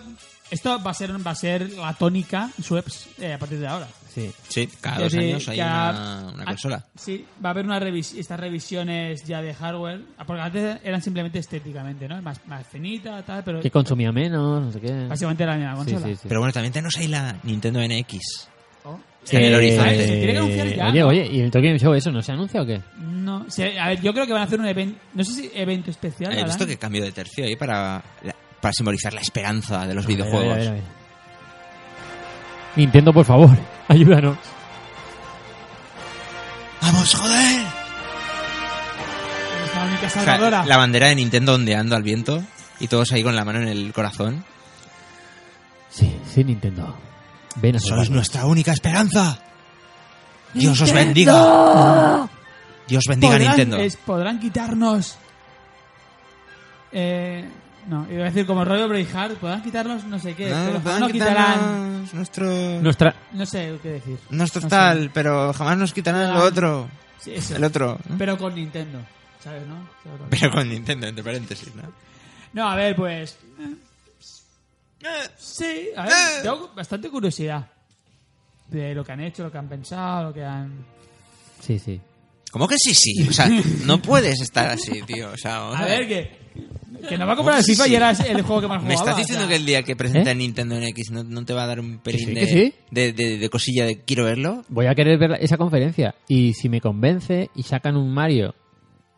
Speaker 1: Esto va a ser, va a ser la tónica Sweps eh, a partir de ahora.
Speaker 2: Sí.
Speaker 3: Sí, cada
Speaker 1: Es
Speaker 3: dos
Speaker 1: decir,
Speaker 3: años hay
Speaker 1: que ha-
Speaker 3: una, una
Speaker 1: ha-
Speaker 3: consola.
Speaker 1: Sí, va a haber una revis- estas revisiones ya de hardware. Ah, Porque antes eran simplemente estéticamente, ¿no? Más, más finita, tal, pero
Speaker 2: Que consumía menos, no sé qué.
Speaker 1: básicamente era la misma
Speaker 2: Sí,
Speaker 1: consola.
Speaker 2: sí, sí.
Speaker 3: Pero bueno, también tenemos ahí la Nintendo NX.
Speaker 1: Oh.
Speaker 3: en el
Speaker 2: Eh,
Speaker 3: horizonte.
Speaker 1: Se tiene que anunciar ya,
Speaker 2: Oye,
Speaker 1: ¿no?
Speaker 2: oye, ¿y el Tokyo Game Show eso no se anuncia o qué?
Speaker 1: No, se- a ver, yo creo que van a hacer un evento, no sé si evento especial.
Speaker 3: Eh, He
Speaker 1: ¿verdad?
Speaker 3: visto que cambio de tercio ahí para, la- para simbolizar la esperanza de los
Speaker 2: A
Speaker 3: videojuegos.
Speaker 2: ver, a ver, a ver. Nintendo, por favor, ayúdanos.
Speaker 3: ¡Vamos, joder!
Speaker 1: Está mi casa
Speaker 3: O sea,
Speaker 1: salvadora.
Speaker 3: la bandera de Nintendo ondeando al viento y todos ahí con la mano en el corazón.
Speaker 2: Sí, sí, Nintendo. Ven
Speaker 3: Pues
Speaker 2: a salvarnos.
Speaker 3: nuestra única esperanza. Dios os bendiga. Dios bendiga
Speaker 1: podrán,
Speaker 3: Nintendo.
Speaker 1: es- podrán quitarnos. Eh, no, iba a decir como rollo Braveheart, podrán quitarnos no sé
Speaker 3: Ah,
Speaker 1: qué, pero jamás no quitarán.
Speaker 3: nuestro,
Speaker 2: Nuestra...
Speaker 1: No sé qué decir.
Speaker 3: nuestro
Speaker 1: no sé.
Speaker 3: tal, pero jamás nos quitarán lo
Speaker 1: Ah.
Speaker 3: otro.
Speaker 1: Sí, eso.
Speaker 3: El otro. ¿no?
Speaker 1: Pero con Nintendo, ¿sabes, no? Sobre todo.
Speaker 3: Pero con Nintendo, entre paréntesis, ¿no?
Speaker 1: No, a ver, pues. eh, Sí, a ver,
Speaker 3: Eh.
Speaker 1: tengo bastante curiosidad de lo que han hecho, lo que han pensado, lo que han.
Speaker 2: Sí, sí.
Speaker 3: ¿Cómo que sí, sí? O sea, no puedes estar así, tío. O sea, vamos
Speaker 1: A
Speaker 3: a
Speaker 1: ver, que. Que no va a comprar el FIFA
Speaker 3: Sí.
Speaker 1: y era el juego que más jugaba.
Speaker 3: ¿Me estás
Speaker 1: o
Speaker 3: diciendo
Speaker 1: sea,
Speaker 3: que el día que presenta
Speaker 2: ¿Eh?
Speaker 3: Nintendo NX no, no te va a dar un
Speaker 2: sí, que
Speaker 3: pelín de,
Speaker 2: sí.
Speaker 3: de- de- de cosilla de quiero verlo?
Speaker 2: Voy a querer ver la- esa conferencia. Y si me convence y sacan un Mario,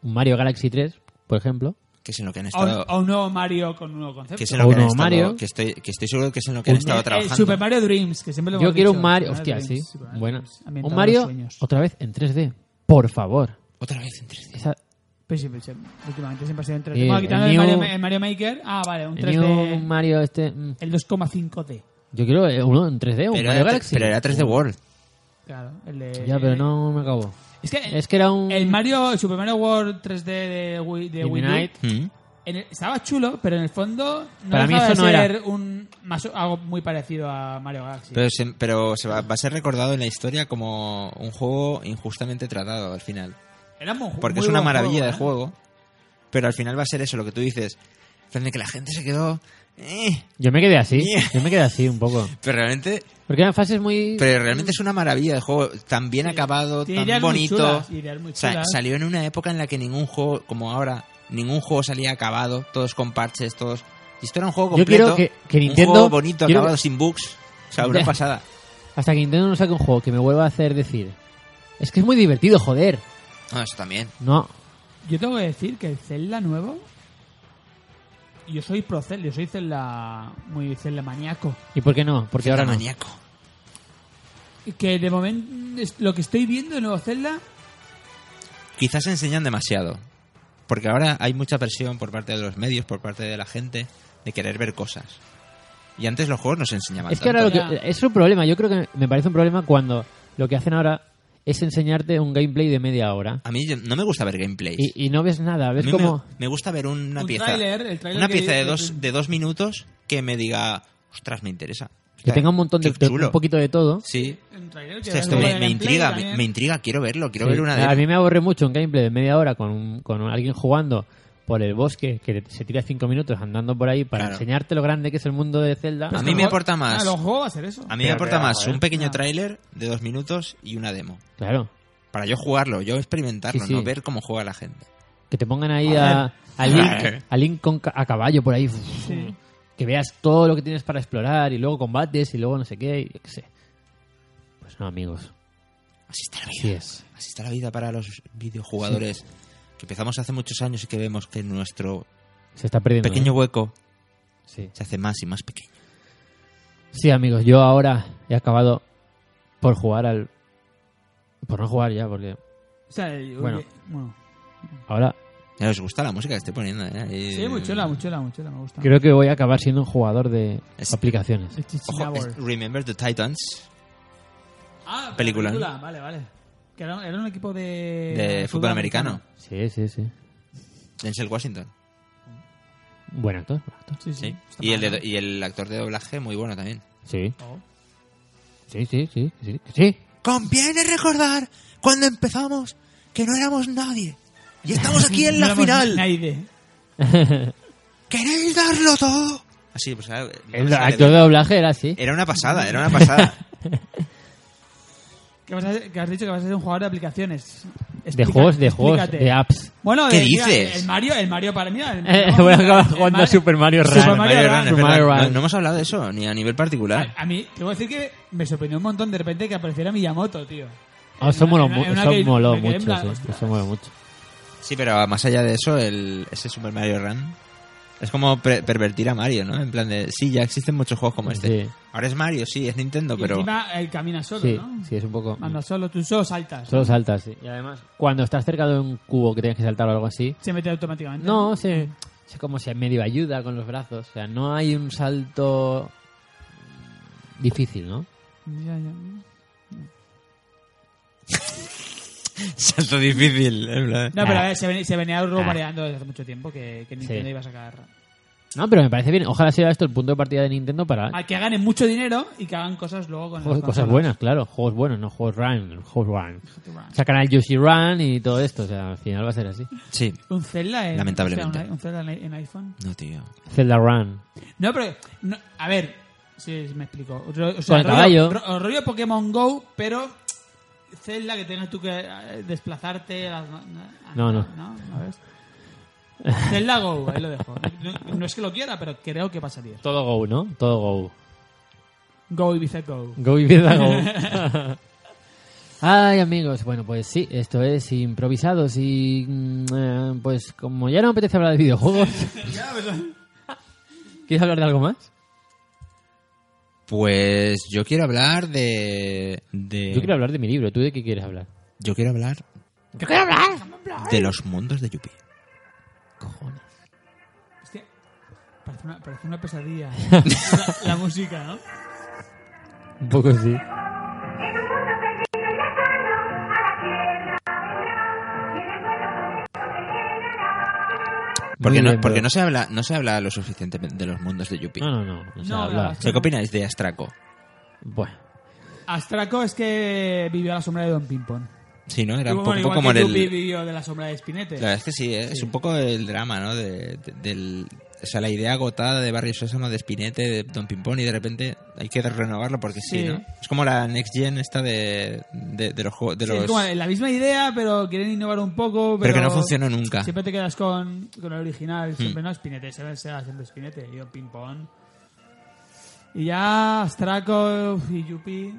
Speaker 2: un Mario Galaxy 3, por ejemplo,
Speaker 3: Que es en lo que han
Speaker 1: A un,
Speaker 3: estado...
Speaker 1: a un nuevo Mario con un nuevo
Speaker 3: que
Speaker 1: concepto.
Speaker 3: es en
Speaker 2: o
Speaker 3: lo que, han
Speaker 2: uno
Speaker 3: estado-
Speaker 2: Mario.
Speaker 3: que estoy, que estoy seguro que es en lo que han
Speaker 2: Un-
Speaker 3: estado
Speaker 1: Eh,
Speaker 3: trabajando.
Speaker 1: Super Mario Dreams, que siempre lo
Speaker 2: yo
Speaker 1: hemos
Speaker 2: quiero
Speaker 1: dicho,
Speaker 2: un Mario.
Speaker 1: Super
Speaker 2: Hostia, sí.
Speaker 1: Dreams, Super Mario
Speaker 2: Bueno,
Speaker 1: Dreams,
Speaker 2: un
Speaker 1: ambientado en
Speaker 2: Mario
Speaker 1: los sueños.
Speaker 2: otra vez en 3D. Por favor.
Speaker 3: Otra vez en 3D.
Speaker 2: Esa-
Speaker 1: Pues siempre, siempre, últimamente siempre ha sido en 3D.
Speaker 2: Sí,
Speaker 1: Bueno,
Speaker 2: el
Speaker 1: quitando el,
Speaker 2: New-
Speaker 1: Mario, el Mario Maker. Ah, vale, un
Speaker 2: el nuevo
Speaker 1: 3D.
Speaker 2: Mario este. mm,
Speaker 1: El 2,5D.
Speaker 2: Yo quiero eh, uno en 3D, un
Speaker 3: Pero
Speaker 2: Mario
Speaker 3: era, tre-
Speaker 2: Galaxy.
Speaker 3: pero era 3D World.
Speaker 1: Claro, el de.
Speaker 2: Ya, pero no me acabo.
Speaker 1: Es que,
Speaker 2: Es que era un.
Speaker 1: el Mario, el Super Mario World 3D de Wii, de Wii U,
Speaker 2: Unite.
Speaker 3: Mm.
Speaker 1: en el- estaba chulo, pero en el fondo no
Speaker 2: Para mí
Speaker 1: dejaba
Speaker 2: eso
Speaker 1: de
Speaker 2: no era.
Speaker 1: ser un, más, algo muy parecido a Mario Galaxy.
Speaker 3: Pero, se, pero se va, va a ser recordado en la historia como un juego injustamente tratado al final.
Speaker 1: Era muy-
Speaker 3: Porque
Speaker 1: muy
Speaker 3: es una
Speaker 1: buen
Speaker 3: maravilla de
Speaker 1: ¿eh?
Speaker 3: juego. Pero al final va a ser eso, lo que tú dices. En plan de que la gente se quedó... eh,
Speaker 2: Yo me quedé así.
Speaker 3: Yeah.
Speaker 2: Yo me quedé así un poco.
Speaker 3: pero realmente
Speaker 2: Porque eran fases muy.
Speaker 3: Pero realmente es una maravilla de juego, tan bien acabado,
Speaker 1: Tiene
Speaker 3: tan
Speaker 1: ideas muy
Speaker 3: bonito.
Speaker 1: chulas, ideas muy
Speaker 3: O sea,
Speaker 1: chulas.
Speaker 3: salió en una época en la que ningún juego, como ahora, ningún juego salía acabado, todos con parches, todos Y esto era un juego
Speaker 2: Yo
Speaker 3: completo.
Speaker 2: quiero que, que Nintendo.
Speaker 3: Un juego bonito,
Speaker 2: quiero-
Speaker 3: acabado sin bugs. O sea, una
Speaker 2: Ya.
Speaker 3: pasada.
Speaker 2: hasta que Nintendo no saque un juego que me vuelva a hacer decir. Es que es muy divertido, joder.
Speaker 3: No, eso también.
Speaker 2: No.
Speaker 1: Yo tengo que decir que el Zelda nuevo. Yo soy pro Zelda, yo soy Zelda. Muy Zelda maníaco.
Speaker 2: ¿Y por qué no? Porque ahora no.
Speaker 3: maníaco.
Speaker 1: Que de momento. es- Lo que estoy viendo de nuevo Zelda.
Speaker 3: Quizás enseñan demasiado. Porque ahora hay mucha presión por parte de los medios, por parte de la gente, de querer ver cosas. Y antes los juegos nos enseñaban.
Speaker 2: Es que ahora
Speaker 3: tanto.
Speaker 2: lo que, es un problema. Yo creo que me parece un problema cuando lo que hacen ahora es enseñarte un gameplay de media hora
Speaker 3: A mí yo- no me gusta ver gameplays.
Speaker 2: y, y no ves nada.
Speaker 3: Ah, A
Speaker 2: Ves
Speaker 3: mí
Speaker 2: como
Speaker 3: me, me gusta ver una
Speaker 1: Un
Speaker 3: pieza.
Speaker 1: tráiler, el tráiler
Speaker 3: una
Speaker 1: que-
Speaker 3: pieza de
Speaker 1: que-
Speaker 3: dos, de dos minutos que me diga, ostras, me interesa.
Speaker 2: que tenga un montón de,
Speaker 3: Qué chulo.
Speaker 2: un poquito de todo.
Speaker 3: Sí.
Speaker 1: Un trailer que
Speaker 3: Hostia, esto
Speaker 1: luego
Speaker 3: me,
Speaker 1: de
Speaker 3: me
Speaker 1: gameplay
Speaker 3: intriga, me,
Speaker 1: también.
Speaker 3: me intriga, quiero verlo, quiero
Speaker 2: Sí. Ah,
Speaker 3: ver una
Speaker 2: a
Speaker 3: de
Speaker 2: mí me aburre mucho un gameplay de media hora con, un- con alguien jugando por el bosque que se tira cinco minutos andando por ahí para
Speaker 3: Claro.
Speaker 2: enseñarte lo grande que es el mundo de Zelda.
Speaker 3: A mí me
Speaker 1: Mejor-
Speaker 3: aporta más.
Speaker 1: Ah, los juegos va a ser eso.
Speaker 3: A mí me
Speaker 2: Pero
Speaker 3: aporta
Speaker 2: que,
Speaker 3: más
Speaker 2: joder,
Speaker 3: un pequeño
Speaker 1: no.
Speaker 3: tráiler de dos minutos y una demo.
Speaker 2: Claro.
Speaker 3: Para yo jugarlo, yo experimentarlo,
Speaker 2: Sí, sí.
Speaker 3: no ver cómo juega la gente.
Speaker 2: Que te pongan ahí a, a Link,
Speaker 3: Joder.
Speaker 2: a Link con ca- a caballo por ahí.
Speaker 1: Sí.
Speaker 2: Que veas todo lo que tienes para explorar y luego combates y luego no sé qué. Y yo qué sé. Pues no, amigos.
Speaker 3: Así está la
Speaker 2: Así
Speaker 3: vida.
Speaker 2: es.
Speaker 3: Así está la vida para los videojugadores que empezamos hace muchos años y que vemos que nuestro
Speaker 2: Se está perdiendo.
Speaker 3: pequeño
Speaker 2: ¿eh?
Speaker 3: hueco
Speaker 2: Sí.
Speaker 3: se hace más y más pequeño.
Speaker 2: Sí, amigos. Yo ahora he acabado por jugar al. Por no jugar ya, porque
Speaker 1: O sea, yo-
Speaker 2: Bueno.
Speaker 1: bueno.
Speaker 2: ahora
Speaker 3: Ya os gusta la música que estoy poniendo, ¿eh? Eh,
Speaker 1: Sí, muy chula, muy chula, muy chula, me gusta.
Speaker 2: creo que voy a acabar siendo un jugador de
Speaker 3: Es-
Speaker 2: aplicaciones.
Speaker 1: El Chichina
Speaker 3: Ojo, es
Speaker 1: Board.
Speaker 3: Remember the Titans
Speaker 1: Ah,
Speaker 3: película,
Speaker 1: Vale, vale. Que era, era un equipo de...
Speaker 3: de fútbol americano.
Speaker 2: Sí, sí, sí.
Speaker 3: Denzel Washington.
Speaker 2: Buen actor, buen actor.
Speaker 1: Sí, sí.
Speaker 3: Sí.
Speaker 1: Está
Speaker 3: Y el,
Speaker 1: mal,
Speaker 3: de-
Speaker 1: ¿no?
Speaker 3: y el actor de doblaje muy bueno también.
Speaker 2: Sí,
Speaker 1: Oh.
Speaker 2: sí, sí, sí, sí, que sí.
Speaker 3: Pues Conviene recordar cuando empezamos que no éramos nadie. Y estamos aquí en
Speaker 1: No
Speaker 3: la
Speaker 1: éramos
Speaker 3: final.
Speaker 1: nadie.
Speaker 3: ¿Queréis darlo todo? Así, pues ahora-
Speaker 2: El
Speaker 3: no sé,
Speaker 2: actor de doblaje era así.
Speaker 3: Era una pasada, era una pasada.
Speaker 1: ¿Qué vas a hacer? Que has dicho que vas a ser un jugador de aplicaciones.
Speaker 2: De
Speaker 1: Explica-
Speaker 2: juegos, de juegos,
Speaker 1: explícate.
Speaker 2: de apps.
Speaker 1: Bueno,
Speaker 3: ¿Qué
Speaker 1: de- mira,
Speaker 3: dices?
Speaker 1: El Mario, el Mario para mí. el-
Speaker 2: Eh,
Speaker 1: no,
Speaker 2: voy a acabar
Speaker 1: el
Speaker 2: jugando
Speaker 1: Mario-
Speaker 2: a Super Mario
Speaker 1: Super
Speaker 2: Run.
Speaker 1: Mario Run, Ah.
Speaker 3: es
Speaker 2: Super
Speaker 3: verdad.
Speaker 2: Mario
Speaker 3: No,
Speaker 2: Run.
Speaker 3: no hemos hablado de eso, ni a nivel particular.
Speaker 1: A mí, te voy a decir que me sorprendió un montón de repente que apareciera Miyamoto, tío.
Speaker 2: Ah, Eso
Speaker 1: En una-
Speaker 2: moló,
Speaker 1: en una-
Speaker 2: mu-
Speaker 1: en una
Speaker 2: eso
Speaker 1: que-
Speaker 2: moló
Speaker 1: me quedé en
Speaker 2: mucho,
Speaker 1: plan,
Speaker 2: sí,
Speaker 1: hostia.
Speaker 2: eso moló mucho.
Speaker 3: Sí, pero más allá de eso, el, ese Super Mario Run es como pre- pervertir a Mario, ¿no? En plan de, sí, ya existen muchos juegos como este.
Speaker 2: Sí.
Speaker 3: Ahora es Mario, sí, es Nintendo,
Speaker 1: Y
Speaker 3: pero...
Speaker 1: encima él camina solo,
Speaker 2: Sí,
Speaker 1: ¿no?
Speaker 2: sí, es un poco... mm,
Speaker 1: Anda solo, tú solo saltas.
Speaker 2: Solo saltas, sí. Y además, cuando estás cerca de un cubo que tienes que saltar o algo así,
Speaker 1: Se mete automáticamente.
Speaker 2: no, se, se como se medio ayuda con los brazos. O sea, no hay un salto difícil, ¿no?
Speaker 1: Ya, ya.
Speaker 3: Salto difícil. en plan.
Speaker 1: No, pero a ver, se venía, se venía algo
Speaker 2: Ah.
Speaker 1: mareando desde hace mucho tiempo que, que Nintendo
Speaker 2: Sí.
Speaker 1: iba a sacar.
Speaker 2: No, pero me parece bien. Ojalá sea esto el punto de partida de Nintendo para
Speaker 1: A que ganen mucho dinero y que hagan cosas luego con
Speaker 2: Juegos-
Speaker 1: las
Speaker 2: cosas
Speaker 1: consolas.
Speaker 2: buenas, claro. Juegos buenos, no juegos run. Juegos run. Sacan al Yoshi Run y todo esto. O sea, al final va a ser así.
Speaker 3: Sí.
Speaker 1: Un Zelda en,
Speaker 3: Lamentablemente.
Speaker 1: o sea, un, un Zelda en, en iPhone.
Speaker 3: No, tío.
Speaker 2: Zelda Run.
Speaker 1: No, pero. no, a ver, si me explico. Ro- O
Speaker 2: Con
Speaker 1: sea,
Speaker 2: el
Speaker 1: rollo-
Speaker 2: caballo.
Speaker 1: ro- rollo Pokémon Go, pero. Zelda que tengas tú que eh, desplazarte. a las- a-
Speaker 2: No, no.
Speaker 1: ¿No? ¿No ves? Zelda Go, ahí lo dejo. No, no es que lo quiera, pero creo que pasaría.
Speaker 2: Todo Go, ¿no? Todo Go.
Speaker 1: Go y Bizet Go.
Speaker 2: Go y Zelda Go. Ay, amigos. Bueno, pues sí, esto es improvisados y. mm, eh, Pues como ya no me apetece hablar de videojuegos. ¿Quieres hablar de algo más?
Speaker 3: Pues yo quiero hablar de... de-
Speaker 2: Yo quiero hablar de mi libro. ¿Tú de qué quieres hablar?
Speaker 3: yo quiero hablar
Speaker 2: ¡Yo quiero hablar!
Speaker 3: de los mundos de Yuppie.
Speaker 2: Cojones.
Speaker 1: Hostia, parece una, parece una pesadilla la, la música, ¿no?
Speaker 2: Un poco sí.
Speaker 3: Porque,
Speaker 2: Muy
Speaker 3: no,
Speaker 2: bien,
Speaker 3: porque
Speaker 2: pero-
Speaker 3: no, se habla, no se habla lo suficiente de los mundos de Yuppie.
Speaker 2: No, no, no. No se
Speaker 1: No,
Speaker 2: habla.
Speaker 1: no.
Speaker 3: O sea, ¿Qué opináis de Astraco?
Speaker 2: Bueno.
Speaker 1: Astraco es que vivió a la sombra de Don Pimpón.
Speaker 3: Sí, ¿no? Era un
Speaker 1: Igual-
Speaker 3: poco,
Speaker 1: igual
Speaker 3: como en
Speaker 1: que Yuppie
Speaker 3: el...
Speaker 1: vivió de la sombra de Spinete.
Speaker 3: La verdad es que sí, ¿eh? es un poco el drama, ¿no? De, de- del, o sea, la idea agotada de Barrio Sésamo, de Spinete, de Don Pimpón, y de repente hay que renovarlo porque sí,
Speaker 1: Sí.
Speaker 3: ¿no? Es como la next gen esta de, de, de los juegos. De
Speaker 1: Sí,
Speaker 3: los,
Speaker 1: es como la misma idea, pero quieren innovar un poco. Pero,
Speaker 3: pero que no funcionó nunca. Hmm.
Speaker 1: Siempre te quedas con, con el original, siempre no, Spinete, Sega, Sega siempre Spinete, yo ping pong. Y ya Astraco uf, y Yupi.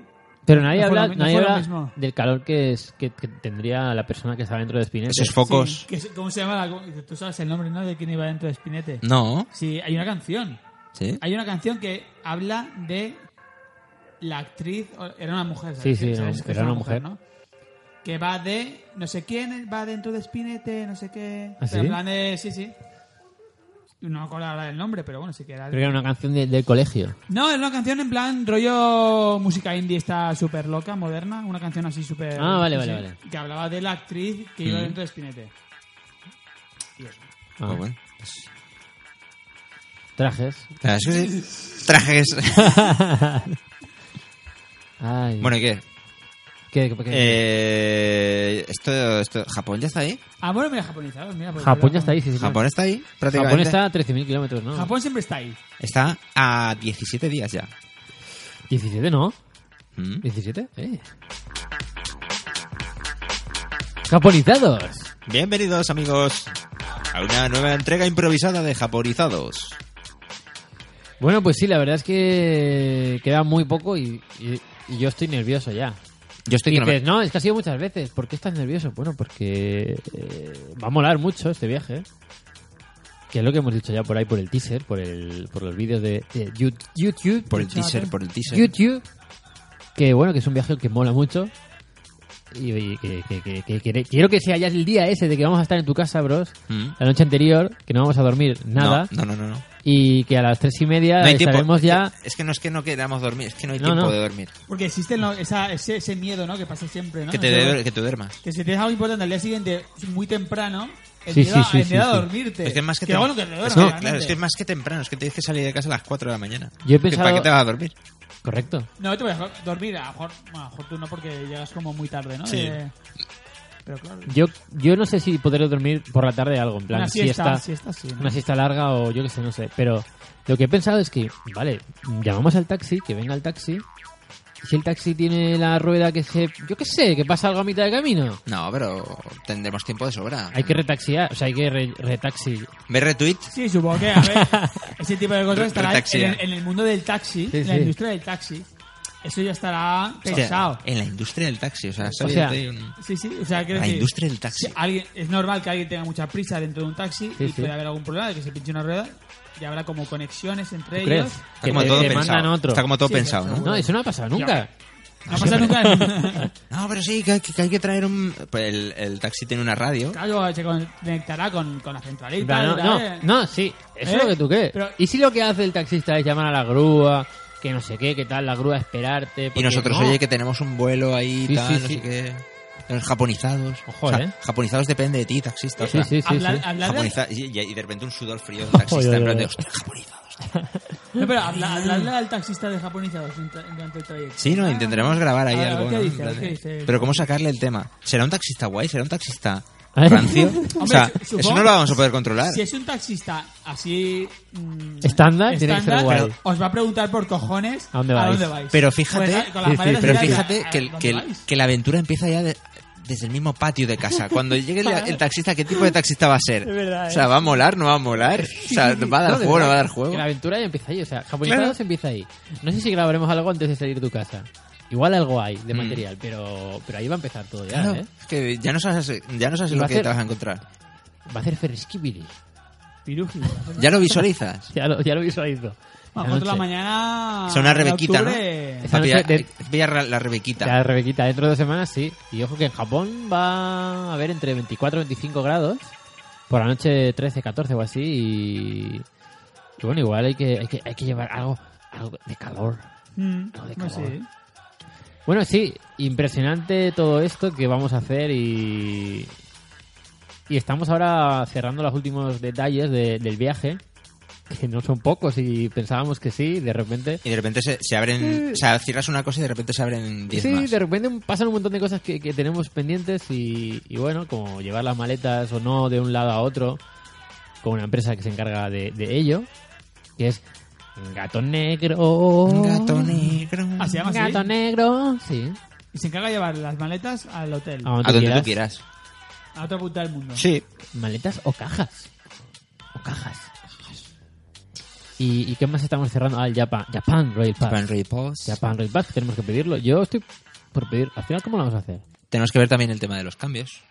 Speaker 2: Pero nadie
Speaker 1: No fue lo
Speaker 2: habla,
Speaker 1: mi- no
Speaker 2: nadie
Speaker 1: fue lo
Speaker 2: habla
Speaker 1: mismo.
Speaker 2: del calor que, es, que, que tendría la persona que está dentro de Spinetta.
Speaker 3: Esos focos.
Speaker 1: Sí, que se- ¿Cómo se llama? la- dice, Tú sabes el nombre, ¿no? De quién iba dentro de Spinete.
Speaker 3: No,
Speaker 1: Sí, hay una canción.
Speaker 3: ¿sí?
Speaker 1: Hay una canción que habla de la actriz, o- era una mujer.
Speaker 2: Sí, sí,
Speaker 1: ¿sabes?
Speaker 2: no,
Speaker 1: Que es
Speaker 2: era una mujer.
Speaker 1: ¿no? Que va de no sé quién, va dentro de Spinete, no sé qué.
Speaker 2: ¿Ah,
Speaker 1: Pero
Speaker 2: sí?
Speaker 1: En plan de, sí, sí. No me acuerdo ahora del nombre, pero bueno, sí que era.
Speaker 2: Creo que era una canción de- del colegio.
Speaker 1: No, es una canción en plan rollo música indie, está súper loca, moderna. Una canción así súper.
Speaker 2: Ah, vale,
Speaker 1: sí,
Speaker 2: vale,
Speaker 1: sí,
Speaker 2: vale.
Speaker 1: Que hablaba de la actriz que iba
Speaker 3: Mm.
Speaker 1: dentro de Spinete. Y eso.
Speaker 2: Ah,
Speaker 3: Pues bueno.
Speaker 2: Trajes.
Speaker 3: La verdad es que sí. Trajes.
Speaker 2: Ay.
Speaker 3: bueno, ¿y qué?
Speaker 2: ¿qué- qué- qué?
Speaker 3: Eh, esto, esto, ¿Japón ya está ahí?
Speaker 1: Ah, bueno, mira, japonizados, mira. pues,
Speaker 2: Japón
Speaker 1: mira,
Speaker 2: ya está ahí, sí, sí, sí.
Speaker 3: ¿Japón está ahí? Prácticamente.
Speaker 2: Japón está a 13.000 kilómetros, ¿no?
Speaker 1: Japón siempre está ahí.
Speaker 3: Está a 17 días ya.
Speaker 2: 17, ¿no?
Speaker 3: Mm.
Speaker 2: 17, eh. Japonizados.
Speaker 3: Bienvenidos, amigos, a una nueva entrega improvisada de Japonizados.
Speaker 2: Bueno, pues sí, la verdad es que queda muy poco y, y- y yo estoy nervioso ya.
Speaker 3: Yo estoy
Speaker 2: Y
Speaker 3: que no me-
Speaker 2: dices, no, es que ha sido muchas veces. ¿Por qué estás nervioso? Bueno, porque eh, va a molar mucho este viaje. Que es lo que hemos dicho ya por ahí, por el teaser, por, el, por los vídeos de, de Yu- YouTube.
Speaker 3: Por el
Speaker 1: Escúchame.
Speaker 3: teaser, por el teaser.
Speaker 2: YouTube. Que bueno, que es un viaje que mola mucho. Y, y que, que- que- que- que- quiero que sea ya el día ese de que vamos a estar en tu casa, bros.
Speaker 3: Mm.
Speaker 2: La noche anterior, que no vamos a dormir nada.
Speaker 3: No, no, no, no. No
Speaker 2: Y que a las tres y media
Speaker 3: hay tiempo.
Speaker 2: estaremos ya.
Speaker 3: Es que no es que no queramos dormir, es que no hay
Speaker 2: No,
Speaker 3: tiempo
Speaker 2: no.
Speaker 3: de dormir.
Speaker 1: Porque existe lo- esa- ese, ese miedo, ¿no? Que pasa siempre, ¿no?
Speaker 3: que, te
Speaker 1: O sea,
Speaker 3: de- que te duermas.
Speaker 1: que si tienes algo importante al día siguiente, muy temprano, el
Speaker 2: Sí,
Speaker 1: miedo,
Speaker 2: sí,
Speaker 1: a-
Speaker 2: sí,
Speaker 1: el
Speaker 2: sí,
Speaker 1: miedo a
Speaker 2: sí.
Speaker 1: dormirte.
Speaker 3: Es que más que,
Speaker 1: que
Speaker 3: tem-
Speaker 1: bueno, que te
Speaker 3: es
Speaker 1: duermas,
Speaker 3: que,
Speaker 1: realmente.
Speaker 3: claro, es que es más que temprano, es que tienes que salir de casa a las 4 de la mañana.
Speaker 2: Yo he
Speaker 3: ¿Que
Speaker 2: pensado-
Speaker 3: ¿Para qué te vas a dormir?
Speaker 2: Correcto.
Speaker 1: No, te voy a dejar dormir. A lo mejor, bueno, a lo mejor tú no, porque llegas como muy tarde, ¿no?
Speaker 3: Sí.
Speaker 1: De- Pero claro.
Speaker 2: Yo, yo no sé si podré dormir por la tarde algo, en plan,
Speaker 1: una
Speaker 2: si
Speaker 1: siesta,
Speaker 2: está
Speaker 1: siesta, sí. ¿no?
Speaker 2: una siesta larga o yo qué sé, no sé. Pero lo que he pensado es que, vale, llamamos al taxi, que venga el taxi. Y si el taxi tiene la rueda que se... Yo qué sé, que pasa algo a mitad de camino.
Speaker 3: No, pero tendremos tiempo de sobra.
Speaker 2: Hay que retaxiar, o sea, hay que re- retaxi.
Speaker 3: Ver retweet.
Speaker 1: Sí, supongo que, a ver, ese tipo de cosas estará en,
Speaker 3: Retaxia.
Speaker 1: el- en el mundo del taxi,
Speaker 2: Sí,
Speaker 1: en la
Speaker 2: sí.
Speaker 1: industria del taxi. Eso ya estará
Speaker 3: Hostia,
Speaker 1: pensado.
Speaker 3: en la industria del taxi, o sea, ¿sabes?
Speaker 2: sea,
Speaker 3: Hay un-
Speaker 1: Sí, sí, o sea, creo
Speaker 3: la
Speaker 1: que...
Speaker 3: industria del taxi.
Speaker 2: ah,
Speaker 1: Sí, alguien, es normal que alguien tenga mucha prisa dentro de un taxi
Speaker 2: Sí,
Speaker 1: y
Speaker 2: sí.
Speaker 1: puede haber algún problema de que se pinche una rueda y habrá como conexiones entre
Speaker 2: ¿Tú
Speaker 1: ellos.
Speaker 2: crees?
Speaker 3: Está
Speaker 2: Que
Speaker 3: como
Speaker 2: te,
Speaker 3: todo
Speaker 2: te
Speaker 3: pensado.
Speaker 2: mandan otro.
Speaker 3: Está como todo
Speaker 1: Sí,
Speaker 3: pensado,
Speaker 1: sí,
Speaker 3: ¿no?
Speaker 1: seguro.
Speaker 2: No, eso no ha pasado nunca.
Speaker 1: No pasa nunca.
Speaker 3: No, pero sí, que, que- que hay que traer un... Pues el, el taxi tiene una radio.
Speaker 1: claro, se conectará con, con la centralita.
Speaker 2: No,
Speaker 1: y
Speaker 2: no,
Speaker 1: tal,
Speaker 2: no, sí, eso
Speaker 1: ¿Eh?
Speaker 2: es lo que tú crees.
Speaker 1: Pero-
Speaker 2: ¿Y si lo que hace el taxista es llamar a la grúa, que no sé qué, que tal, la grúa esperarte?
Speaker 3: Y
Speaker 2: porque
Speaker 3: nosotros,
Speaker 2: no?
Speaker 3: oye, que tenemos un vuelo ahí,
Speaker 2: Sí,
Speaker 3: tal,
Speaker 2: sí,
Speaker 3: no
Speaker 2: sí.
Speaker 3: sé qué. Los japonizados.
Speaker 2: Ojo, ¿eh?
Speaker 3: Japonizados depende de ti, taxista. o
Speaker 2: Sí,
Speaker 3: sea,
Speaker 2: sí, sí,
Speaker 1: Hablar-
Speaker 2: sí.
Speaker 1: hablar de-
Speaker 3: japoniza- y, y de repente un sudor frío del taxista.
Speaker 2: Oye,
Speaker 3: en plan
Speaker 2: oye, oye.
Speaker 3: de, hostia, japonizados.
Speaker 1: No, pero habla- hablarle al taxista de japonizados en tra- durante el trayecto.
Speaker 3: Sí, no, intentaremos grabar ahí
Speaker 1: A ver, a ver
Speaker 3: algo.
Speaker 1: qué
Speaker 3: ¿no?
Speaker 1: dice, a ver
Speaker 3: En plan
Speaker 1: qué
Speaker 3: de-
Speaker 1: dice.
Speaker 3: Pero ¿cómo sacarle el tema? ¿Será un taxista guay? ¿Será un taxista
Speaker 2: ¿Eh?
Speaker 3: rancio? o sea,
Speaker 1: Hombre, su-
Speaker 3: eso
Speaker 1: supongo-
Speaker 3: no lo vamos a poder controlar.
Speaker 1: Si es un taxista así. mm,
Speaker 2: Estándar, tiene que ser guay.
Speaker 1: pero Os va a preguntar por cojones
Speaker 2: ¿A dónde vais?
Speaker 3: Pero fíjate,
Speaker 1: Pues, con las
Speaker 2: sí, sí,
Speaker 1: paredes
Speaker 3: Pero
Speaker 1: de calle,
Speaker 3: fíjate
Speaker 1: ¿a-
Speaker 3: que,
Speaker 1: a
Speaker 3: el-
Speaker 1: dónde
Speaker 3: que el-
Speaker 1: ¿eh? vais?
Speaker 3: que la aventura empieza ya de- desde el mismo patio de casa. Cuando llegue el, el taxista, ¿qué tipo de taxista va a ser?
Speaker 1: Es verdad, ¿eh?
Speaker 3: o sea, ¿va a molar? ¿No va a molar? O sea, ¿va a dar
Speaker 2: de
Speaker 3: juego? ¿No va a dar
Speaker 2: verdad, que
Speaker 3: juego?
Speaker 2: La aventura ya empieza ahí, o sea, Japonizados
Speaker 3: Claro.
Speaker 2: empieza ahí. No sé si grabaremos algo antes de salir de tu casa. Igual algo hay de
Speaker 3: Mm.
Speaker 2: material, pero, pero ahí va a empezar todo ya,
Speaker 3: Claro,
Speaker 2: ¿eh?
Speaker 3: es que ya no sabes, ya no sabes
Speaker 2: Y va
Speaker 3: lo
Speaker 2: a
Speaker 3: que
Speaker 2: hacer-
Speaker 3: te vas a encontrar.
Speaker 2: Va a hacer ferrisquibili.
Speaker 1: Piruji.
Speaker 3: Ya lo visualizas.
Speaker 2: Ya lo, ya lo visualizo.
Speaker 1: A
Speaker 2: La
Speaker 1: cuatro de la
Speaker 2: noche.
Speaker 1: mañana.
Speaker 3: O sea, una
Speaker 1: de
Speaker 3: rebequita, ¿no?
Speaker 1: Ah, octubre.
Speaker 2: Esa
Speaker 3: Va
Speaker 2: noche
Speaker 3: a pillar-
Speaker 2: de-
Speaker 3: hay que pillar la, la rebequita.
Speaker 2: La Rebequita, dentro de dos semanas sí. Y ojo que en Japón va a haber entre 24 y 25 grados. Por la noche 13, 14 o así. Y, y bueno, igual hay que, hay que, hay que llevar algo, algo de calor.
Speaker 1: Mm,
Speaker 2: Todo de
Speaker 1: pues
Speaker 2: calor.
Speaker 1: sí.
Speaker 2: Bueno, sí, impresionante todo esto que vamos a hacer y. Y estamos ahora cerrando los últimos detalles de- del viaje, que no son pocos y pensábamos que sí, de repente.
Speaker 3: Y de repente se, se abren... O sea, cierras una cosa y de repente se abren 10
Speaker 2: Sí,
Speaker 3: más.
Speaker 2: de repente pasan un montón de cosas que, que tenemos pendientes y, y bueno, como llevar las maletas o no de un lado a otro, con una empresa que se encarga de, de ello, que es Gato Negro.
Speaker 3: Gato negro.
Speaker 1: Ah, se llama así.
Speaker 2: Gato Negro. Sí.
Speaker 1: Y se encarga de llevar las maletas al hotel,
Speaker 2: A
Speaker 3: A
Speaker 2: donde, tú
Speaker 3: donde
Speaker 2: quieras.
Speaker 3: tú quieras.
Speaker 1: a otra punta del mundo.
Speaker 3: Sí.
Speaker 2: ¿Maletas o cajas? O cajas. ¿Y, y qué más estamos cerrando? Ah, el Japan, Japan Rail Pass.
Speaker 3: Van Repos.
Speaker 2: Japan Rail Pass, tenemos que pedirlo. Yo estoy por pedir. Al final, ¿cómo lo vamos a hacer?
Speaker 3: Tenemos que ver también el tema de los cambios.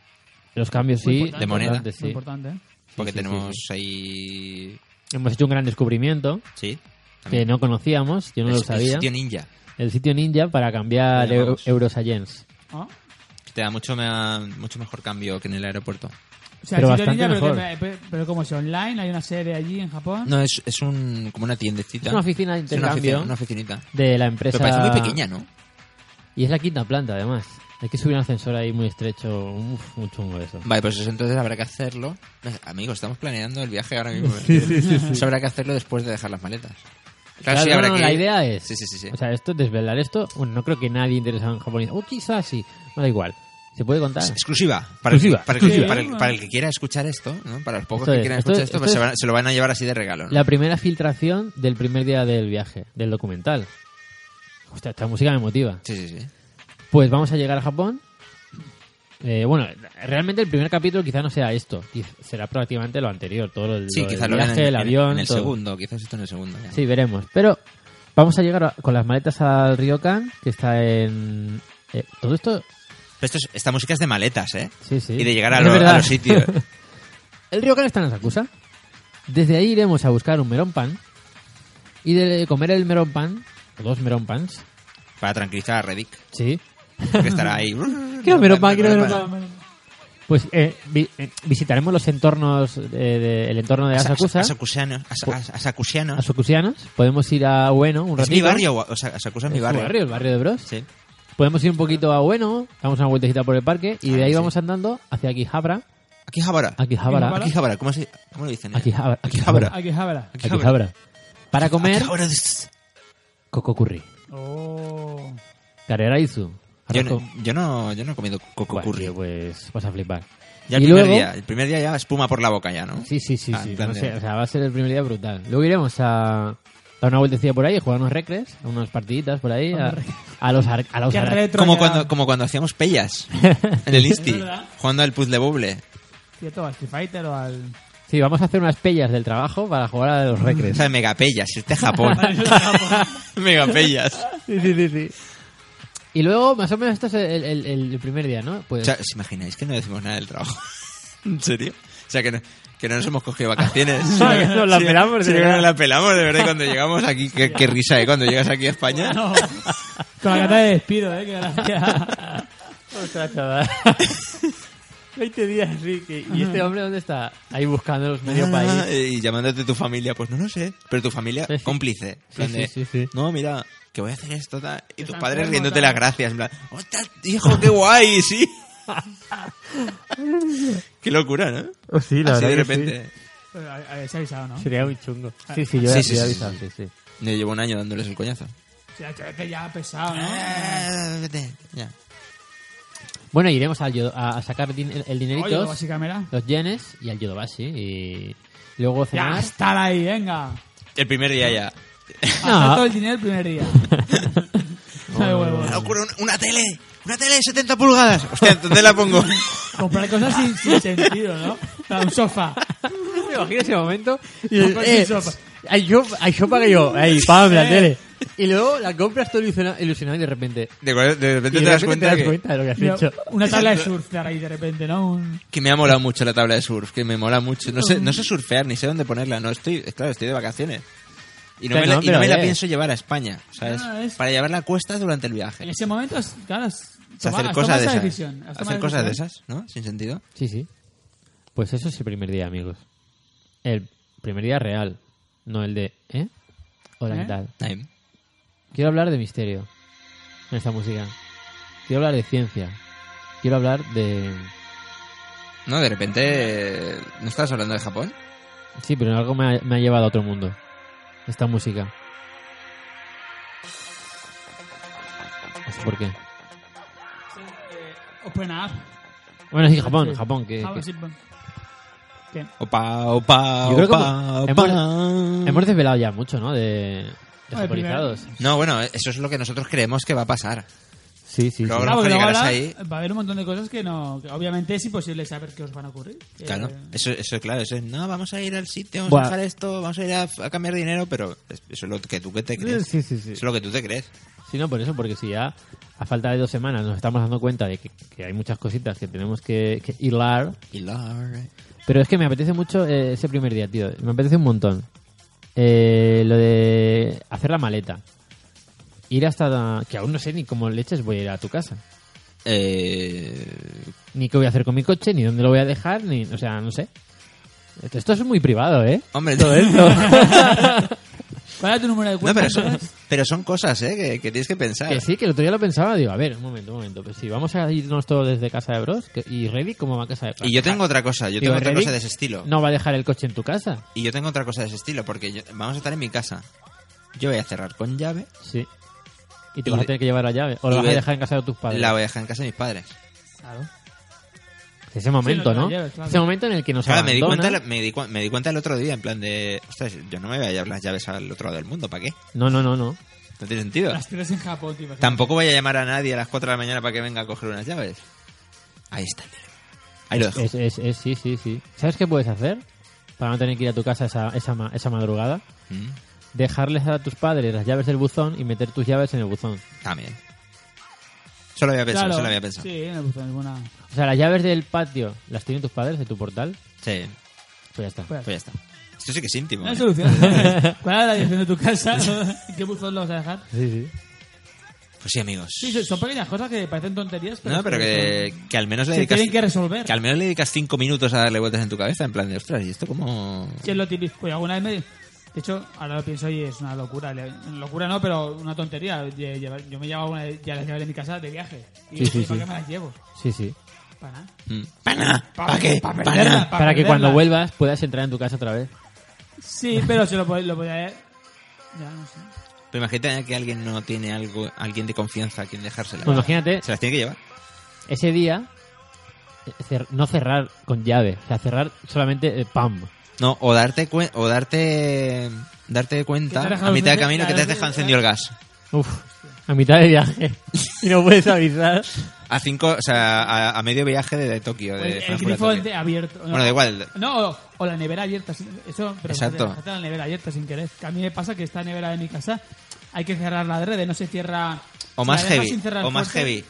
Speaker 2: Los cambios
Speaker 1: Muy
Speaker 2: sí,
Speaker 1: importante.
Speaker 3: de moneda.
Speaker 2: importante,
Speaker 1: Muy
Speaker 2: sí.
Speaker 1: importante, ¿eh?
Speaker 3: Porque
Speaker 2: sí, sí,
Speaker 3: tenemos
Speaker 2: sí.
Speaker 3: ahí.
Speaker 2: Hemos hecho un gran descubrimiento
Speaker 3: Sí.
Speaker 2: que
Speaker 3: también.
Speaker 2: no conocíamos, yo no
Speaker 3: Es-
Speaker 2: lo sabía.
Speaker 3: El sitio ninja.
Speaker 2: El sitio ninja para cambiar
Speaker 3: Lo
Speaker 2: eu-
Speaker 3: llamamos.
Speaker 2: euros a yens.
Speaker 1: Ah.
Speaker 3: que Te da mucho, mea- mucho mejor cambio que en el aeropuerto.
Speaker 1: O sea,
Speaker 2: Pero
Speaker 1: el sitio
Speaker 2: bastante
Speaker 1: ninja, pero,
Speaker 2: mejor.
Speaker 1: que- pe- pero como es online, hay una sede allí en Japón.
Speaker 3: No, es, es un, como una tiendecita.
Speaker 2: Es una oficina de
Speaker 3: Es una
Speaker 2: intercambio
Speaker 3: oficina- una oficinita.
Speaker 2: de la empresa.
Speaker 3: Pero parece muy pequeña, ¿no?
Speaker 2: Y es la quinta planta, además. Hay que subir un ascensor ahí muy estrecho. Uf, muy chungo eso.
Speaker 3: Vale, pues eso entonces habrá que hacerlo. Amigos, estamos planeando el viaje ahora mismo. Eso habrá que hacerlo después de dejar las maletas.
Speaker 2: Claro,
Speaker 3: sí,
Speaker 2: no,
Speaker 3: habrá
Speaker 2: no,
Speaker 3: que-
Speaker 2: la idea es.
Speaker 3: Sí, sí, sí. sí.
Speaker 2: O sea, esto, desvelar esto, bueno, no creo que nadie interesado en Japón. dice, Oh, quizás sí. No da igual. ¿Se puede contar?
Speaker 3: Es exclusiva. Para, el-
Speaker 2: Exclusiva.
Speaker 3: para el-
Speaker 1: Exclusiva.
Speaker 3: para el, para el que quiera escuchar esto, ¿no? para los pocos
Speaker 2: Esto
Speaker 3: que
Speaker 2: es,
Speaker 3: quieran
Speaker 2: esto
Speaker 3: escuchar
Speaker 2: es,
Speaker 3: esto,
Speaker 2: esto
Speaker 3: pues se,
Speaker 2: es-
Speaker 3: van- se lo van a llevar así de regalo. ¿no?
Speaker 2: La primera filtración del primer día del viaje, del documental. Hostia, esta música me motiva.
Speaker 3: Sí, sí, sí.
Speaker 2: Pues vamos a llegar a Japón. Eh, bueno, realmente el primer capítulo quizá no sea esto. Quiz- Será prácticamente lo anterior. Todo el,
Speaker 3: Sí,
Speaker 2: lo del
Speaker 3: quizás lo vean
Speaker 2: viaje,
Speaker 3: en,
Speaker 2: el
Speaker 3: en-
Speaker 2: avión.
Speaker 3: en el
Speaker 2: todo.
Speaker 3: segundo, quizás esto en el segundo. ya.
Speaker 2: Sí, veremos. Pero vamos a llegar a- con las maletas al Ryokan, que está en... eh, todo esto...
Speaker 3: Pero esto es- esta música es de maletas, ¿eh?
Speaker 2: Sí, sí.
Speaker 3: Y de llegar a,
Speaker 2: Es
Speaker 3: lo- a
Speaker 2: verdad.
Speaker 3: los sitios.
Speaker 2: El Ryokan está en Asakusa. Desde ahí iremos a buscar un merón pan. Y de comer el merón pan, o dos merón pans,
Speaker 3: para tranquilizar a Reddick,
Speaker 2: sí.
Speaker 3: que estará ahí.
Speaker 2: Quiero merón pan, quiero merón pan. Pues eh, vi- eh, visitaremos los entornos, eh, de- el entorno de
Speaker 3: Asa-
Speaker 2: Asakusa,
Speaker 3: Asakusianos. asa- asa- Asakusianos.
Speaker 2: asakusianos. Podemos ir a Ueno un
Speaker 3: Ah. Es
Speaker 2: ratito.
Speaker 3: mi barrio, o sea, Asakusa es mi
Speaker 2: tu
Speaker 3: barrio.
Speaker 2: el barrio de Bros.
Speaker 3: Sí.
Speaker 2: Podemos ir un poquito a Ueno, damos una vueltecita por el parque y de
Speaker 3: Ah,
Speaker 2: ahí
Speaker 3: sí.
Speaker 2: vamos andando hacia Akihabara.
Speaker 3: Aquí Jabara.
Speaker 2: Akihabara.
Speaker 3: Aquí Jabara, ¿cómo, se, ¿cómo lo dicen? eh?
Speaker 2: Akihabara.
Speaker 3: Akihabara.
Speaker 1: Aquí Javara.
Speaker 2: Akihabara. Para comer
Speaker 3: Akihabara des-
Speaker 2: coco curry.
Speaker 1: Oh.
Speaker 2: Kareraizu.
Speaker 3: Yo
Speaker 2: Arroz con-
Speaker 3: no, yo, no, yo no he comido coco
Speaker 2: Buah,
Speaker 3: curry.
Speaker 2: tío, pues vas a flipar.
Speaker 3: Ya el
Speaker 2: y
Speaker 3: primer
Speaker 2: luego-
Speaker 3: día, el primer día ya espuma por la boca ya, ¿no?
Speaker 2: Sí, sí, sí.
Speaker 3: Ah,
Speaker 2: sí.
Speaker 3: en plan
Speaker 2: No
Speaker 3: de-
Speaker 2: sé, o sea, va a ser el primer día brutal. Luego iremos a dar una vueltecilla por ahí, a jugar unos recres, a unas partiditas por ahí, a, a los ar- a los
Speaker 1: Qué
Speaker 2: ar-
Speaker 1: retro.
Speaker 3: Como
Speaker 1: ya.
Speaker 3: cuando, como cuando hacíamos pellas en el Insti,
Speaker 1: verdad.
Speaker 3: jugando al puzzle bubble.
Speaker 1: Cierto, al Street Fighter o al.
Speaker 2: Sí, vamos a hacer unas pellas del trabajo para jugar a los
Speaker 3: O
Speaker 2: recres.
Speaker 3: sea, megapellas, este es Japón. megapellas.
Speaker 2: sí, sí, sí, sí. Y luego, más o menos, esto es el, el- el primer día, ¿no?
Speaker 3: O
Speaker 2: Pues
Speaker 3: sea, ¿os imagináis que no decimos nada del trabajo? ¿En serio? O sea, que no, que no nos hemos cogido vacaciones.
Speaker 2: Ah, que nos la
Speaker 3: Sí,
Speaker 2: pelamos,
Speaker 3: sí,
Speaker 2: de
Speaker 3: que
Speaker 2: verdad.
Speaker 3: nos la pelamos, de verdad, cuando llegamos aquí. Qué, qué risa, ¿eh? Cuando llegas aquí a España.
Speaker 1: No. Con la carta de despido, eh. Que gracia.
Speaker 2: Ostras, chaval. 20 días, sí. que- ¿Y este hombre dónde está? Ahí buscando los medio
Speaker 3: Ah,
Speaker 2: país.
Speaker 3: Y llamándote tu familia, pues no lo sé. Pero tu familia
Speaker 2: Sí, sí.
Speaker 3: cómplice. en
Speaker 2: Sí,
Speaker 3: plan
Speaker 2: sí,
Speaker 3: de,
Speaker 2: sí, sí.
Speaker 3: No, mira, que voy a hacer esto. tal", Y tus
Speaker 1: Están
Speaker 3: padres
Speaker 1: enfermos,
Speaker 3: riéndote
Speaker 1: tal.
Speaker 3: las gracias. En plan, ¡Ostras, hijo, qué guay! Sí. qué locura, ¿no?
Speaker 2: Oh, sí,
Speaker 3: Así de repente.
Speaker 1: Pero, a- a ver, se ha avisado, ¿no?
Speaker 2: Sería muy chungo. Sí, sí, yo
Speaker 3: Sí,
Speaker 2: ya-
Speaker 3: sí,
Speaker 2: yo ya
Speaker 3: sí,
Speaker 2: avisaba,
Speaker 3: sí,
Speaker 2: sí, sí.
Speaker 3: Yo llevo un año dándoles el coñazo.
Speaker 1: Sí, que este ya ha pesado, ¿no?
Speaker 3: Ah, vete, ya.
Speaker 2: Bueno, iremos al yodo- a, a sacar din- el- el
Speaker 1: Oye,
Speaker 2: dinerito,
Speaker 1: así cámara.
Speaker 2: los yenes y al yodobashi. Y luego
Speaker 1: Ya
Speaker 2: cenar.
Speaker 1: está ahí, venga.
Speaker 3: El primer día ya.
Speaker 1: Hasta todo el dinero el primer día. No hay huevos.
Speaker 3: ¡Me ocurre un- una tele! ¡Una tele de 70 pulgadas! Hostia, ¿dónde la pongo?
Speaker 1: Comprar cosas sin, sin sentido, ¿no? Para un sofá.
Speaker 2: Me imagino ese momento. Y
Speaker 1: Compras el sopa.
Speaker 2: ay, yo, ay, yo pagué yo. Ahí, pam, la tele. Y luego la compras todo ilusiona- ilusionado y de repente.
Speaker 3: De, cual- de
Speaker 2: y de
Speaker 3: repente te das
Speaker 2: repente
Speaker 3: cuenta que,
Speaker 2: de lo que has
Speaker 1: Mira,
Speaker 2: hecho.
Speaker 1: Una tabla de surf de ahí de repente, ¿no? Un-
Speaker 3: que me ha molado mucho la tabla de surf, que me mola mucho. No sé, no sé surfear, ni sé dónde ponerla. No estoy, claro, estoy de vacaciones. Y no,
Speaker 2: Pero
Speaker 3: me, la,
Speaker 2: no,
Speaker 3: y no
Speaker 2: pero
Speaker 3: me la
Speaker 2: eh.
Speaker 3: pienso llevar a España, ¿sabes?
Speaker 1: No, Ah, es-
Speaker 3: Para llevarla a cuestas durante el viaje.
Speaker 1: En ese momento, es- claro, es-
Speaker 3: O sea,
Speaker 1: toma-
Speaker 3: hacer
Speaker 1: has
Speaker 3: cosas
Speaker 1: tomado
Speaker 3: de
Speaker 1: esa
Speaker 3: esas.
Speaker 1: decisión, has tomado
Speaker 3: Hacer
Speaker 1: esa
Speaker 3: cosas de
Speaker 1: decisión.
Speaker 3: esas, ¿no? Sin sentido.
Speaker 2: Sí, sí. Pues eso es el primer día, amigos. El primer día real. No el de. ¿Eh? Hola, ¿qué
Speaker 1: ¿Eh?
Speaker 2: tal?
Speaker 3: Ahí.
Speaker 2: Quiero hablar de misterio en esta música. Quiero hablar de ciencia. Quiero hablar de.
Speaker 3: No, de repente... eh, ¿No estabas hablando de Japón?
Speaker 2: Sí, pero algo me ha, me ha llevado a otro mundo. Esta música. No sé por qué.
Speaker 1: Eh, Open up.
Speaker 2: Bueno, sí, Japón,
Speaker 1: Sí.
Speaker 2: Japón. Que,
Speaker 1: Ah,
Speaker 2: que-
Speaker 1: sí, bueno. ¿Qué?
Speaker 3: Opa, opa,
Speaker 2: Yo creo que
Speaker 3: opa,
Speaker 2: hemos-
Speaker 3: opa.
Speaker 2: Hemos desvelado ya mucho, ¿no? De,
Speaker 1: Oye,
Speaker 2: de japonizados.
Speaker 3: No, bueno, eso es lo que nosotros creemos que va a pasar.
Speaker 2: Sí, sí, sí.
Speaker 3: Luego- Ahora
Speaker 1: Ah, porque luego
Speaker 3: llegarás
Speaker 1: ahora
Speaker 3: ahí.
Speaker 1: va a haber un montón de cosas que no que obviamente es imposible saber qué os van a ocurrir. Eh,
Speaker 3: Claro, eso, eso claro, eso es, no, vamos a ir al sitio, vamos
Speaker 2: Buah.
Speaker 3: a dejar esto, vamos a ir a, a cambiar dinero, pero es- eso es lo que tú que te crees.
Speaker 2: Sí, sí, sí.
Speaker 3: Eso es lo que tú te crees.
Speaker 2: Sí, no, por eso, porque si ya a falta de dos semanas nos estamos dando cuenta de que, que hay muchas cositas que tenemos que, que hilar.
Speaker 3: Y la-
Speaker 2: Pero es que me apetece mucho eh, ese primer día, tío. Me apetece un montón. Eh, lo de hacer la maleta. Ir hasta... la- Que aún no sé ni cómo leches voy a ir a tu casa.
Speaker 3: Eh,
Speaker 2: Ni qué voy a hacer con mi coche, ni dónde lo voy a dejar, ni... O sea, no sé. Esto, esto es muy privado, ¿eh?
Speaker 3: hombre,
Speaker 2: Todo esto.
Speaker 1: ¿Cuál era tu número de
Speaker 3: no,
Speaker 1: cuenta?
Speaker 3: pero son, pero son cosas, ¿eh? Que, que tienes que pensar.
Speaker 2: que sí, que el otro día lo pensaba. Digo, a ver, un momento, un momento. Pues si vamos a irnos todos desde casa de Bros. que- ¿Y Reddy cómo va a casa de Bros?
Speaker 3: Y yo tengo otra cosa, yo
Speaker 2: Digo,
Speaker 3: tengo otra
Speaker 2: Reddy
Speaker 3: cosa de ese estilo.
Speaker 2: No va a dejar el coche en tu casa.
Speaker 3: Y yo tengo otra cosa de ese estilo, porque yo- vamos a estar en mi casa. Yo voy a cerrar con llave,
Speaker 2: Sí. Y te
Speaker 3: Y
Speaker 2: vas a
Speaker 3: ve-
Speaker 2: tener que llevar la llave. O
Speaker 3: y
Speaker 2: la vas a
Speaker 3: ve-
Speaker 2: dejar en casa de tus padres.
Speaker 3: la voy a dejar en casa de mis padres.
Speaker 1: Claro.
Speaker 2: Ese momento,
Speaker 1: Sí, lo-
Speaker 2: ¿no?
Speaker 1: lo lleves, claro.
Speaker 2: Ese momento en el que nos
Speaker 3: Claro, me di,
Speaker 2: abandonan.
Speaker 3: cuenta, me, di, cua- me di cuenta el otro día, en plan de. Ostras, yo no me voy a llevar las llaves al otro lado del mundo, ¿para qué?
Speaker 2: No, no, no, no.
Speaker 3: No tiene sentido.
Speaker 1: Las tres en Japón, tío. imagínate.
Speaker 3: Tampoco voy a llamar a nadie a las 4 de la mañana para que venga a coger unas llaves. Ahí está. el dilema. Ahí lo dejo.
Speaker 2: Es, es, es- sí, sí, sí. ¿Sabes qué puedes hacer? Para no tener que ir a tu casa esa, esa, ma- esa madrugada.
Speaker 3: Mm,
Speaker 2: Dejarles a tus padres las llaves del buzón y meter tus llaves en el buzón.
Speaker 3: También. Solo había pensado,
Speaker 1: Claro,
Speaker 3: solo había pensado. Sí.
Speaker 1: Sí, no, pues, es buena.
Speaker 2: O sea, las llaves del patio las tienen tus padres de tu portal. Pues ya está.
Speaker 1: Pues-
Speaker 3: Pues ya está. Esto sí que es íntimo.
Speaker 1: No hay
Speaker 3: ¿eh?
Speaker 1: solución. ¿Cuál era la dirección de tu casa? ¿En qué buzón lo vas a dejar?
Speaker 2: Sí, sí.
Speaker 3: Pues sí, amigos.
Speaker 1: Sí, son- son pequeñas cosas que parecen tonterías, pero,
Speaker 3: No, pero que, que al menos le
Speaker 1: se
Speaker 3: dedicas.
Speaker 1: tienen que resolver.
Speaker 3: que al menos le dedicas 5 minutos a darle vueltas en tu cabeza, en plan de, ostras, ¿y esto cómo.?
Speaker 1: Sí, es lo típico. Oye, alguna vez me... De hecho, ahora lo pienso y es una locura. Le- Locura no, pero una tontería. Lle- llevar- Yo me llevaba una, ya las llaves de mi casa de viaje. Y
Speaker 2: Sí, sí,
Speaker 1: ¿para
Speaker 2: sí.
Speaker 1: qué me las llevo?
Speaker 2: Sí, sí.
Speaker 1: Para nada.
Speaker 3: Mm. ¿Para nada?
Speaker 1: Pa-
Speaker 3: ¿Para qué?
Speaker 1: pa
Speaker 3: ¿Para
Speaker 1: perderla.
Speaker 3: nada?
Speaker 2: Para, que
Speaker 1: perderla.
Speaker 2: cuando vuelvas puedas entrar en tu casa otra vez.
Speaker 1: Sí, pero se lo, pod- lo podía... Ya no sé.
Speaker 3: Pero imagínate que alguien no tiene algo, alguien de confianza a quien dejársela.
Speaker 2: Pues imagínate
Speaker 3: Se las tiene que llevar.
Speaker 2: ese día eh, cer- no cerrar con llave, o sea, cerrar solamente eh, pam.
Speaker 3: No, o darte cuen- o darte darte cuenta
Speaker 1: Que te has
Speaker 3: a
Speaker 1: dejado
Speaker 3: mitad de
Speaker 1: encender-
Speaker 3: camino que te has
Speaker 1: claro,
Speaker 3: dejado
Speaker 1: sí,
Speaker 3: encendido el gas.
Speaker 2: Uf, a mitad de viaje y no puedes avisar.
Speaker 3: A cinco, o sea, a, a medio viaje de, de Tokio. De
Speaker 1: El- el,
Speaker 3: Frankfurt a
Speaker 1: grifo
Speaker 3: Tokio.
Speaker 1: de- abierto. No.
Speaker 3: Bueno, da igual.
Speaker 1: No, o, o la nevera abierta. sin- Eso, pero
Speaker 3: Exacto.
Speaker 1: fíjate, fíjate la nevera abierta sin querer. Que a mí me pasa que esta nevera de mi casa hay que cerrarla de red, no se cierra.
Speaker 3: O
Speaker 1: si la
Speaker 3: más
Speaker 1: dejas
Speaker 3: heavy.
Speaker 1: sin cerrar
Speaker 3: O más
Speaker 1: fuerte,
Speaker 3: heavy.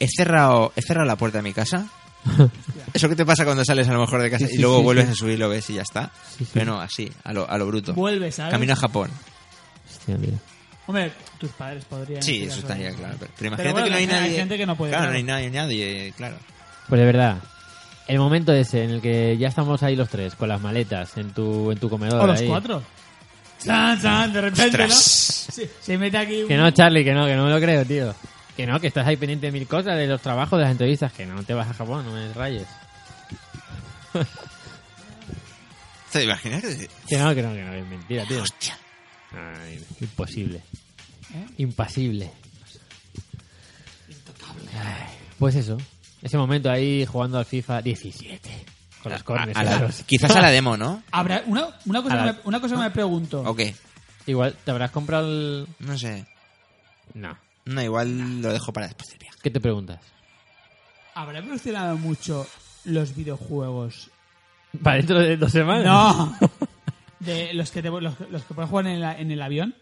Speaker 3: He cerrado, he cerrado la puerta de mi casa. Eso que te pasa cuando sales a lo mejor de casa
Speaker 2: Sí,
Speaker 3: y
Speaker 2: sí,
Speaker 3: luego
Speaker 2: sí,
Speaker 3: vuelves
Speaker 2: sí.
Speaker 3: a subir, lo ves y ya está.
Speaker 2: Sí, sí.
Speaker 3: Pero no, así, a lo, a lo bruto.
Speaker 1: Vuelve, ¿sabes?
Speaker 3: Camino a Japón.
Speaker 2: Hostia, tío.
Speaker 1: Hombre, tus padres podrían.
Speaker 3: Sí,
Speaker 1: tirar
Speaker 3: eso
Speaker 1: sobre-
Speaker 3: estaría claro. Pero, pero imagínate
Speaker 1: bueno,
Speaker 3: que no hay,
Speaker 1: hay
Speaker 3: nadie.
Speaker 1: gente que no puede,
Speaker 3: Claro, no
Speaker 1: claro.
Speaker 3: hay nadie, nadie, claro.
Speaker 2: Pues de verdad, el momento ese en el que ya estamos ahí los tres con las maletas en tu en tu comedor
Speaker 1: O los
Speaker 2: ahí.
Speaker 1: cuatro. Chan, chan, de repente, ¿no?
Speaker 3: Ostras.
Speaker 1: Se, se mete aquí.
Speaker 2: Que no, Charlie, que no, que no me lo creo, tío. Que no, que estás ahí pendiente de mil cosas, de los trabajos, de las entrevistas, que no te vas a Japón, no me rayes.
Speaker 3: ¿Te imaginas? que-
Speaker 2: Que no, que no, que no, que es mentira, tío.
Speaker 3: Hostia.
Speaker 2: Ay, imposible.
Speaker 1: ¿Eh?
Speaker 2: Impasible. Ay, pues eso. Ese momento ahí jugando al FIFA 17. Con las cornes.
Speaker 3: A- a la-
Speaker 2: claros.
Speaker 3: quizás a la demo, ¿no?
Speaker 1: Habrá una, una, cosa
Speaker 2: A
Speaker 1: que
Speaker 2: la-
Speaker 1: me, una cosa que me pregunto.
Speaker 3: ¿O qué?
Speaker 2: Igual, ¿te habrás comprado el...?
Speaker 3: No sé.
Speaker 2: No.
Speaker 3: No, igual lo dejo para después del viaje.
Speaker 2: ¿Qué te preguntas?
Speaker 1: ¿Habrá evolucionado mucho los videojuegos
Speaker 2: ¿Para dentro de dos semanas?
Speaker 1: No. De los que, te- los, los que puedes jugar en, la- en el avión.